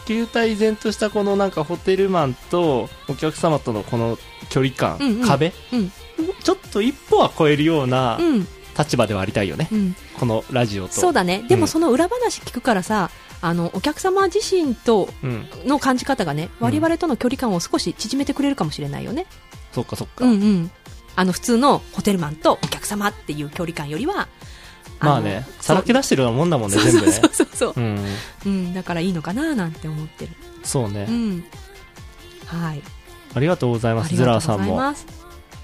球体依然としたこのなんかホテルマンとお客様とのこの距離感、
うんうん
壁、
うん
ちょっと一歩は超えるような
うん
立場ではありたいよね。
うん
このラジオと。
そうだねでもその裏話聞くからさあのお客様自身と
うん。
の感じ方がね我々との距離感を少し縮めてくれるかもしれないよね、
そっかそっか。
うんうん、あの普通のホテルマンとお客様っていう距離感よりは
まあね、さらけ
だ
出してるようなもんだもんね、全部ね。
そうそうそうそう、
うん。
うん、だからいいのかななんて思ってる、
そうね、
うん、はい
ありがとうございま
あ
す、
り
ズ
が
ラー
と
さ
うご
ん
ざい
も。
ます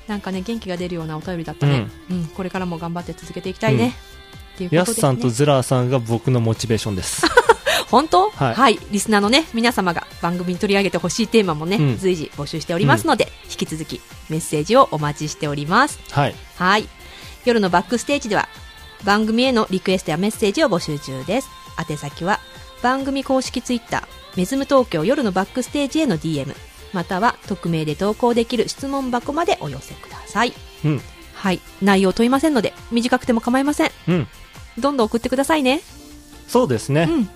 なんかね元気が出るようなお便りだったね、うんこれからも頑張って続けていきたいね、っていうこと
ヤ
で
ス
すね
さんとズラーさんが僕のモチベーショ ンです。
本当は、
はいい
リスナーのね皆様が番組に取り上げてほしいテーマもね、
うん
随時募集しておりますので、引き続きメッセージをお待ちしております
はい。
はい。夜のバックステージでは番組へのリクエストやメッセージを募集中です。宛先は番組公式ツイッター、メズム東京夜のバックステージへの DM、または匿名で投稿できる質問箱までお寄せください。
うん。
はい。内容問いませんので、短くても構いません。
うん。
どんどん送ってくださいね。
そうです
う
ね。
ん。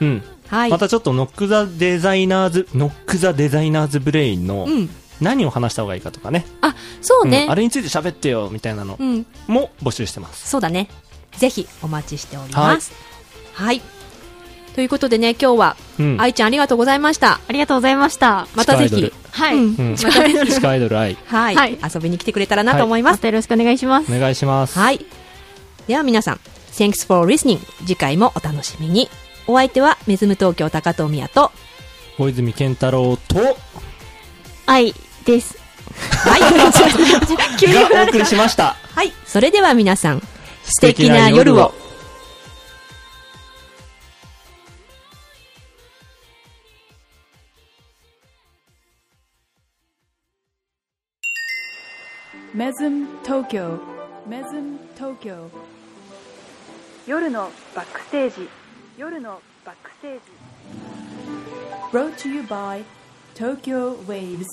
うん。
はい。
またちょっとノック・ザ・デザイナーズ、ノック・ザ・デザイナーズ・ブレインの
うん。
何を話した方がいいかとかね。
あ、そうね
ん。あれについて喋ってよ、みたいなの
うん。
も募集してます。
そうだね。ぜひお待ちしております。はい。ということでね、今日は、
うん。
愛ちゃんありがとうございました。
ありがとうございました。
またぜ
地下アイド
ひ
ル。
はい。
うん
うん。地
またね
下アイド ル愛。
はい、
はい
遊びに来てくれたらなと思いま。
ますたよろしくお願いします。
お願いします。
はい。では皆さん、Thanks for listening。次回もお楽しみに。お相手は、メズム東京高藤宮 と、
小泉健太郎と、 が
愛です。
はい、 急に振ら
お
れ
送り
た。
しました。
はい、それでは皆さん、 素敵な夜を。
Mesm Tokyo. Mesm Tokyo.
夜のバックステージ夜のバックステージ
Brought to you by Tokyo Waves.